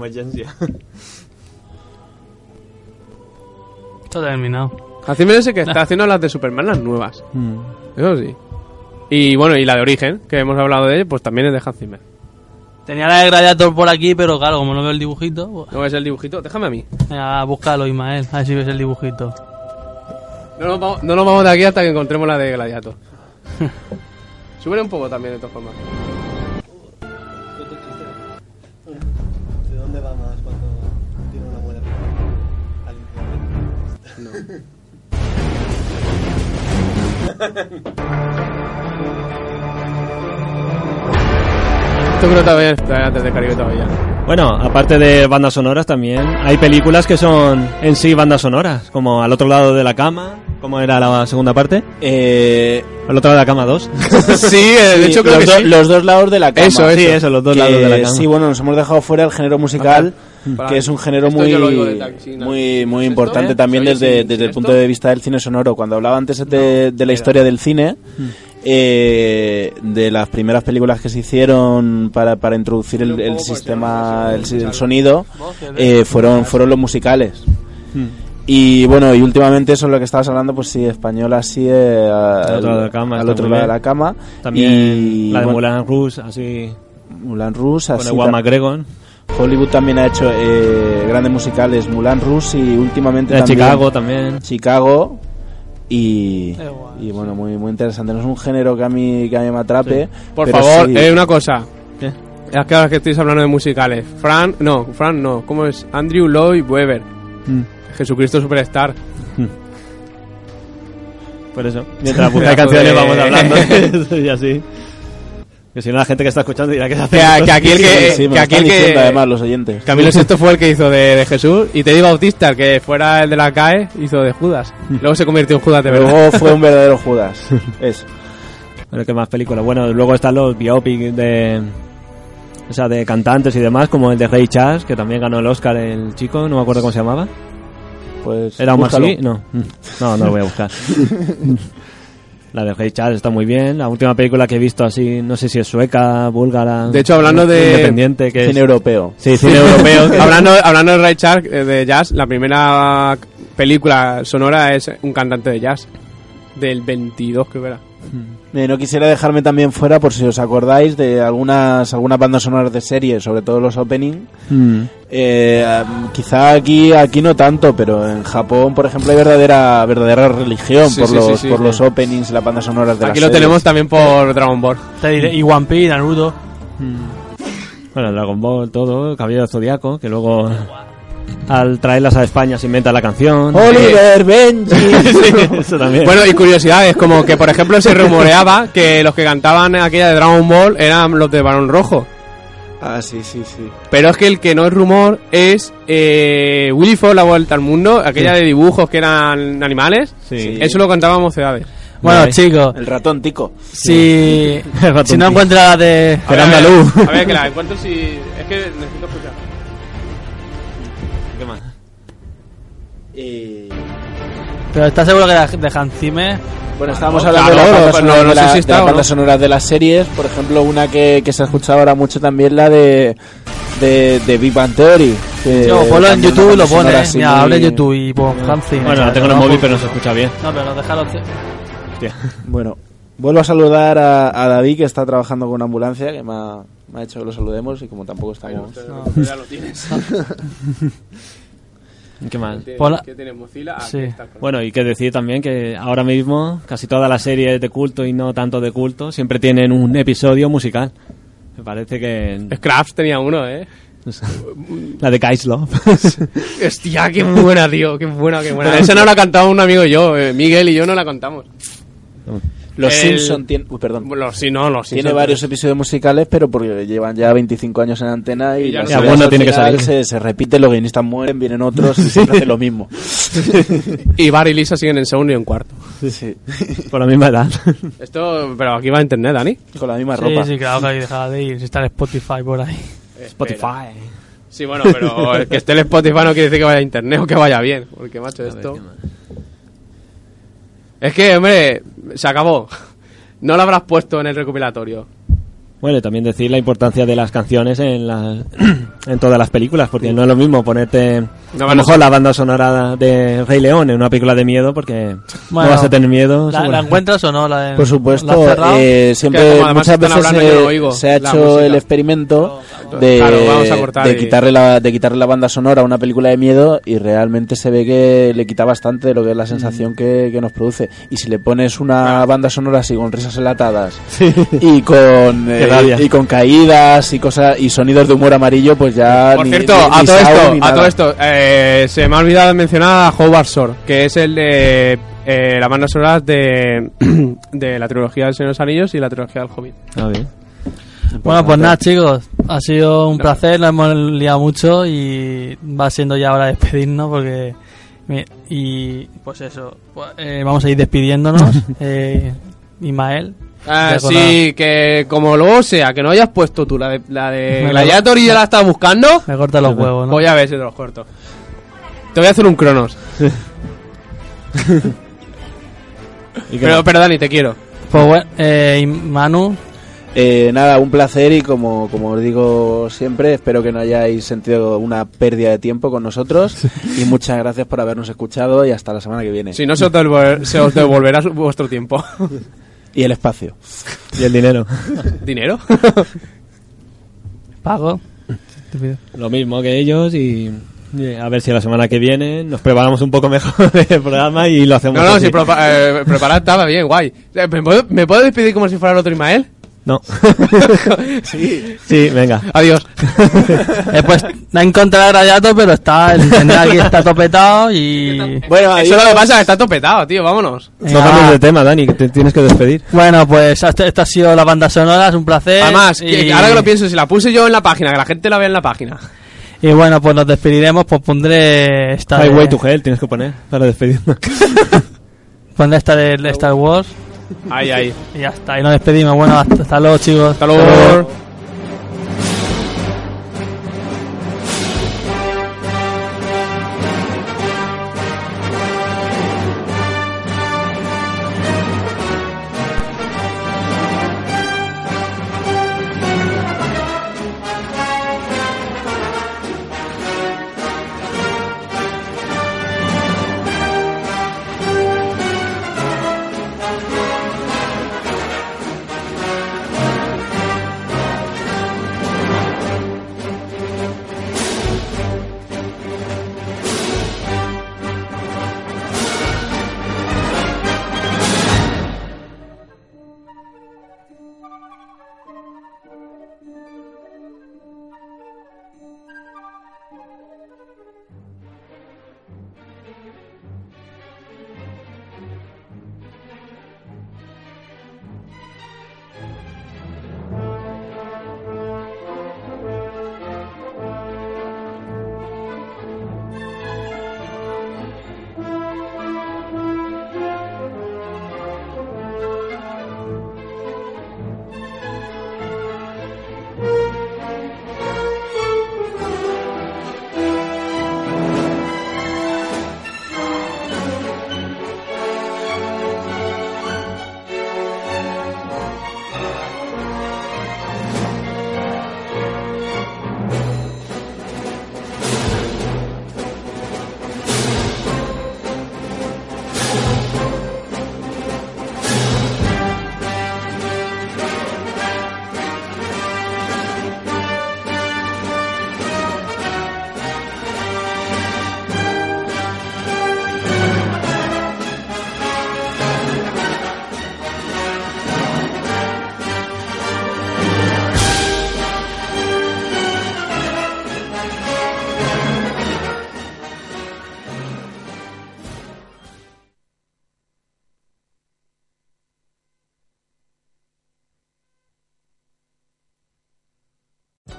Esto ha terminado. Hans Zimmer es el que está haciendo las de Superman, las nuevas. Eso sí. Y bueno, y la de Origen, que hemos hablado de ella, pues también es de Hans Zimmer. Tenía la de Gladiator por aquí, pero claro, como no veo el dibujito, pues, ¿No ves el dibujito? Déjame a mí. venga, búscalo, Ismael, a ver si ves el dibujito. No nos, vamos, no nos vamos de aquí hasta que encontremos la de Gladiator. Súbele un poco también, de todas formas. ¿De dónde va más cuando tiene una muela? ¿Al infierno? Esto creo que todavía está antes de Caribe todavía. Bueno, aparte de bandas sonoras también, hay películas que son en sí bandas sonoras, como Al otro lado de la cama, como era la segunda parte, Eh, Al otro lado de la cama 2. sí, eh, de sí, hecho creo los, que do- sí. los dos lados de la cama. Eso, sí, eso, los dos Que lados de la cama. Sí, bueno, nos hemos dejado fuera el género musical, Para- que es un género esto muy, yo lo oigo de taxi, ¿no? muy, muy ¿Es importante esto? también ¿Se oye desde, sin- desde sin el punto esto? de vista del cine sonoro. Cuando hablaba antes de, de la historia del cine, Mm. eh, de las primeras películas que se hicieron para, para introducir el, el sistema, el, si- el sonido, eh, fueron, fueron los musicales. Mm. Y bueno, y últimamente eso es lo que estabas hablando, pues sí, española sí, eh, al otro lado de la cama, al está otro muy lado de bien. la cama. También y, la de bueno, Mulan Rouge, así, Mulan Rouge, con así Ewan tam- McGregor. Hollywood también ha hecho eh, grandes musicales, Mulan Rouge y últimamente De también Chicago también. Chicago y, Eh, guau, y bueno, muy muy interesante. No es un género que a mí, que a mí me atrape. Por pero favor, sí. eh, una cosa. ¿Qué? Es que ahora que estáis hablando de musicales. Fran, no, Fran no. ¿Cómo es? Andrew Lloyd Webber. Mm. Jesucristo Superstar. Por eso, mientras busca Pedazo canciones de- vamos hablando. y así. Que si no, la gente que está escuchando dirá que se hace. Que, a- que aquí el que. eh, Sí, que me lo aquí están el que- diciendo además los oyentes. Camilo VI fue el que hizo de, de Jesús y Teddy Bautista, el que fuera el de la CAE, hizo de Judas. Luego se convirtió en Judas de verdad. Hmm. Luego fue un verdadero Judas. Es. Pero qué más películas. Bueno, luego están los biopic de. O sea, de cantantes y demás, como el de Ray Charles, que también ganó el Oscar el chico, no me acuerdo cómo se llamaba. Pues ¿Era Omar búscalo. Sy? No. No, no lo voy a buscar. La de Ray Charles está muy bien. La última película que he visto así, no sé si es sueca, búlgara. De hecho, hablando de- Independiente, que Cine es. europeo. Sí, cine europeo. que- hablando, hablando de Ray Charles, eh, de jazz, la primera película sonora es un cantante de jazz. Del 22, creo que era. Eh, no quisiera dejarme también fuera, por si os acordáis, de algunas, algunas bandas sonoras de series, sobre todo los opening. Mm. Eh, um, quizá aquí, aquí no tanto, pero en Japón, por ejemplo, hay verdadera, verdadera religión Sí, por, sí, los, sí, sí, por sí. los openings y las bandas sonoras de Aquí las lo series. tenemos también por Dragon Ball. Te diré, y One Piece, Naruto. Bueno, Dragon Ball, todo, Caballero Zodiaco, que luego al traerlas a España se inventa la canción. Oliver Benji. Sí, eso también. Bueno, y curiosidades, como que por ejemplo se rumoreaba que los que cantaban aquella de Dragon Ball eran los de Barón Rojo. Ah, sí, sí, sí. Pero es que el que no es rumor es eh, Willy Fox, la vuelta al mundo, aquella Sí. de dibujos que eran animales. Sí. Eso lo contábamos edades. Bueno, Vale. chicos, El ratón tico. si, El ratón si no tío. encuentra la de... Era andaluz. A ver, a ver, que la encuentro si. Es que necesito escuchar. ¿Qué más? Pero ¿estás seguro que la de Hans Zimmer? Bueno, estábamos no, hablando claro, de las bandas pero no- sonoras, no sé de, la- si de está las o bandas no. sonoras de las series. Por ejemplo, una que, que se ha escuchado ahora mucho también, la de, de, de Big Bang Theory. que Yo, ponlo en también una YouTube, banda lo sonora pones. así Mira, abre muy- YouTube y pon Hans Zimmer. Bueno, la tengo en el No, móvil, pues- pero no se escucha bien. No, pero déjalo... Hostia. Bueno, vuelvo a saludar a, a David, que está trabajando con una ambulancia, que me ha, me ha hecho que lo saludemos y como tampoco estamos... Ya lo tienes. ¿Qué más? Hola. ¿Qué tienes, Mozilla? Sí. Aquí está. Bueno, y que decir también que ahora mismo casi todas las series de culto y no tanto de culto siempre tienen un episodio musical. Me parece que... Scraps tenía uno, eh. La de Guys Love. Hostia, qué buena, tío. Qué buena, qué buena. Esa no la ha cantado un amigo y yo. eh, Miguel y yo no la cantamos. Los El- Simpson tienen... Uy, perdón. Bueno, sí, no, los Tiene Simpsons. varios episodios musicales, pero porque llevan ya 25 años en antena y, Y ya las no series alguno al tiene que final salir. Se, se repite, los guionistas mueren, vienen otros y siempre hace lo mismo. Y Bar y Lisa siguen en segundo y en cuarto. Sí, sí. Por la misma edad. Esto, pero aquí va a internet, Dani. Con la misma Sí, ropa. sí, claro que hay dejada de ir. Si está en Spotify por ahí. Spotify. Sí, bueno, pero el que esté el Spotify no quiere decir que vaya a internet o que vaya bien. Porque, macho, esto. Es que, hombre, se acabó. No lo habrás puesto en el recopilatorio. Bueno, y también decir la importancia de las canciones en, las, en todas las películas, porque no es lo mismo ponerte a bueno, lo mejor la banda sonora de Rey León en una película de miedo, porque Bueno, no vas a tener miedo. ¿La, seguro. la encuentras o no? La de- Por ¿la has supuesto, cerrado? eh, siempre como además muchas están veces hablando, yo no se, oigo se ha la hecho música. el experimento claro. de, Claro, vamos a cortar de y- quitarle la de quitarle la banda sonora a una película de miedo y realmente se ve que le quita bastante de lo que es la sensación Mm. que, que nos produce. Y si le pones una banda sonora así con risas enlatadas y con eh, Qué rabia. y con caídas y cosas y sonidos de humor amarillo, pues ya Por ni- cierto, ni- ni a todo sound esto, ni a nada. todo esto, eh, se me ha olvidado mencionar a Howard Shore, que es el de eh, la banda sonora de, de la trilogía del Señor de los Anillos y la trilogía del Hobbit. Ah, bien. Bueno, pues nada, chicos. Ha sido un placer, nos hemos liado mucho y va siendo ya hora de despedirnos porque... mi- Y pues eso, pues, eh, vamos a ir despidiéndonos. eh, Ismael. Ah, Ya con sí, que como luego sea, que no hayas puesto tú la de, la de Me la- Gladiator y ya la estás buscando, Me corta los huevos, ¿no? voy a ver si te los corto. Te voy a hacer un Cronos. ¿Y qué Pero, más? pero Dani, te quiero. Pues bueno, eh, y Manu, Eh, nada, un placer y como, como os digo siempre, espero que no hayáis sentido una pérdida de tiempo con nosotros y muchas gracias por habernos escuchado y hasta la semana que viene. Si no, se os, devolver- se os devolverá su- vuestro tiempo. Y el espacio. Y el dinero. ¿Dinero? pago. Te pido. Lo mismo que ellos y y a ver si la semana que viene nos preparamos un poco mejor el programa y lo hacemos. No, no, así. si propa- eh, preparad estaba bien, guay. Eh, ¿Me puedo, ¿Me puedo despedir como si fuera el otro Ismael? No. sí. venga. Adiós. Eh, pues está en contra de Gladiator, pero está el internet aquí está topetado y... Bueno, Eso es lo que pasa, que está topetado, tío, vámonos. No Ah. cambies de tema, Dani, que te tienes que despedir. Bueno, pues esto, esto ha sido la banda sonora, es un Eh, placer. Además, y, que- ahora que lo pienso, si la puse yo en la página, que la gente la vea en la página. Y bueno, pues nos despediremos, pues pondré esta de, Highway to Hell tienes que poner para despedirnos. pondré esta de Star Wars Ahí, ahí. y ya está, y nos despedimos. Bueno, hasta, hasta luego chicos. Hasta luego.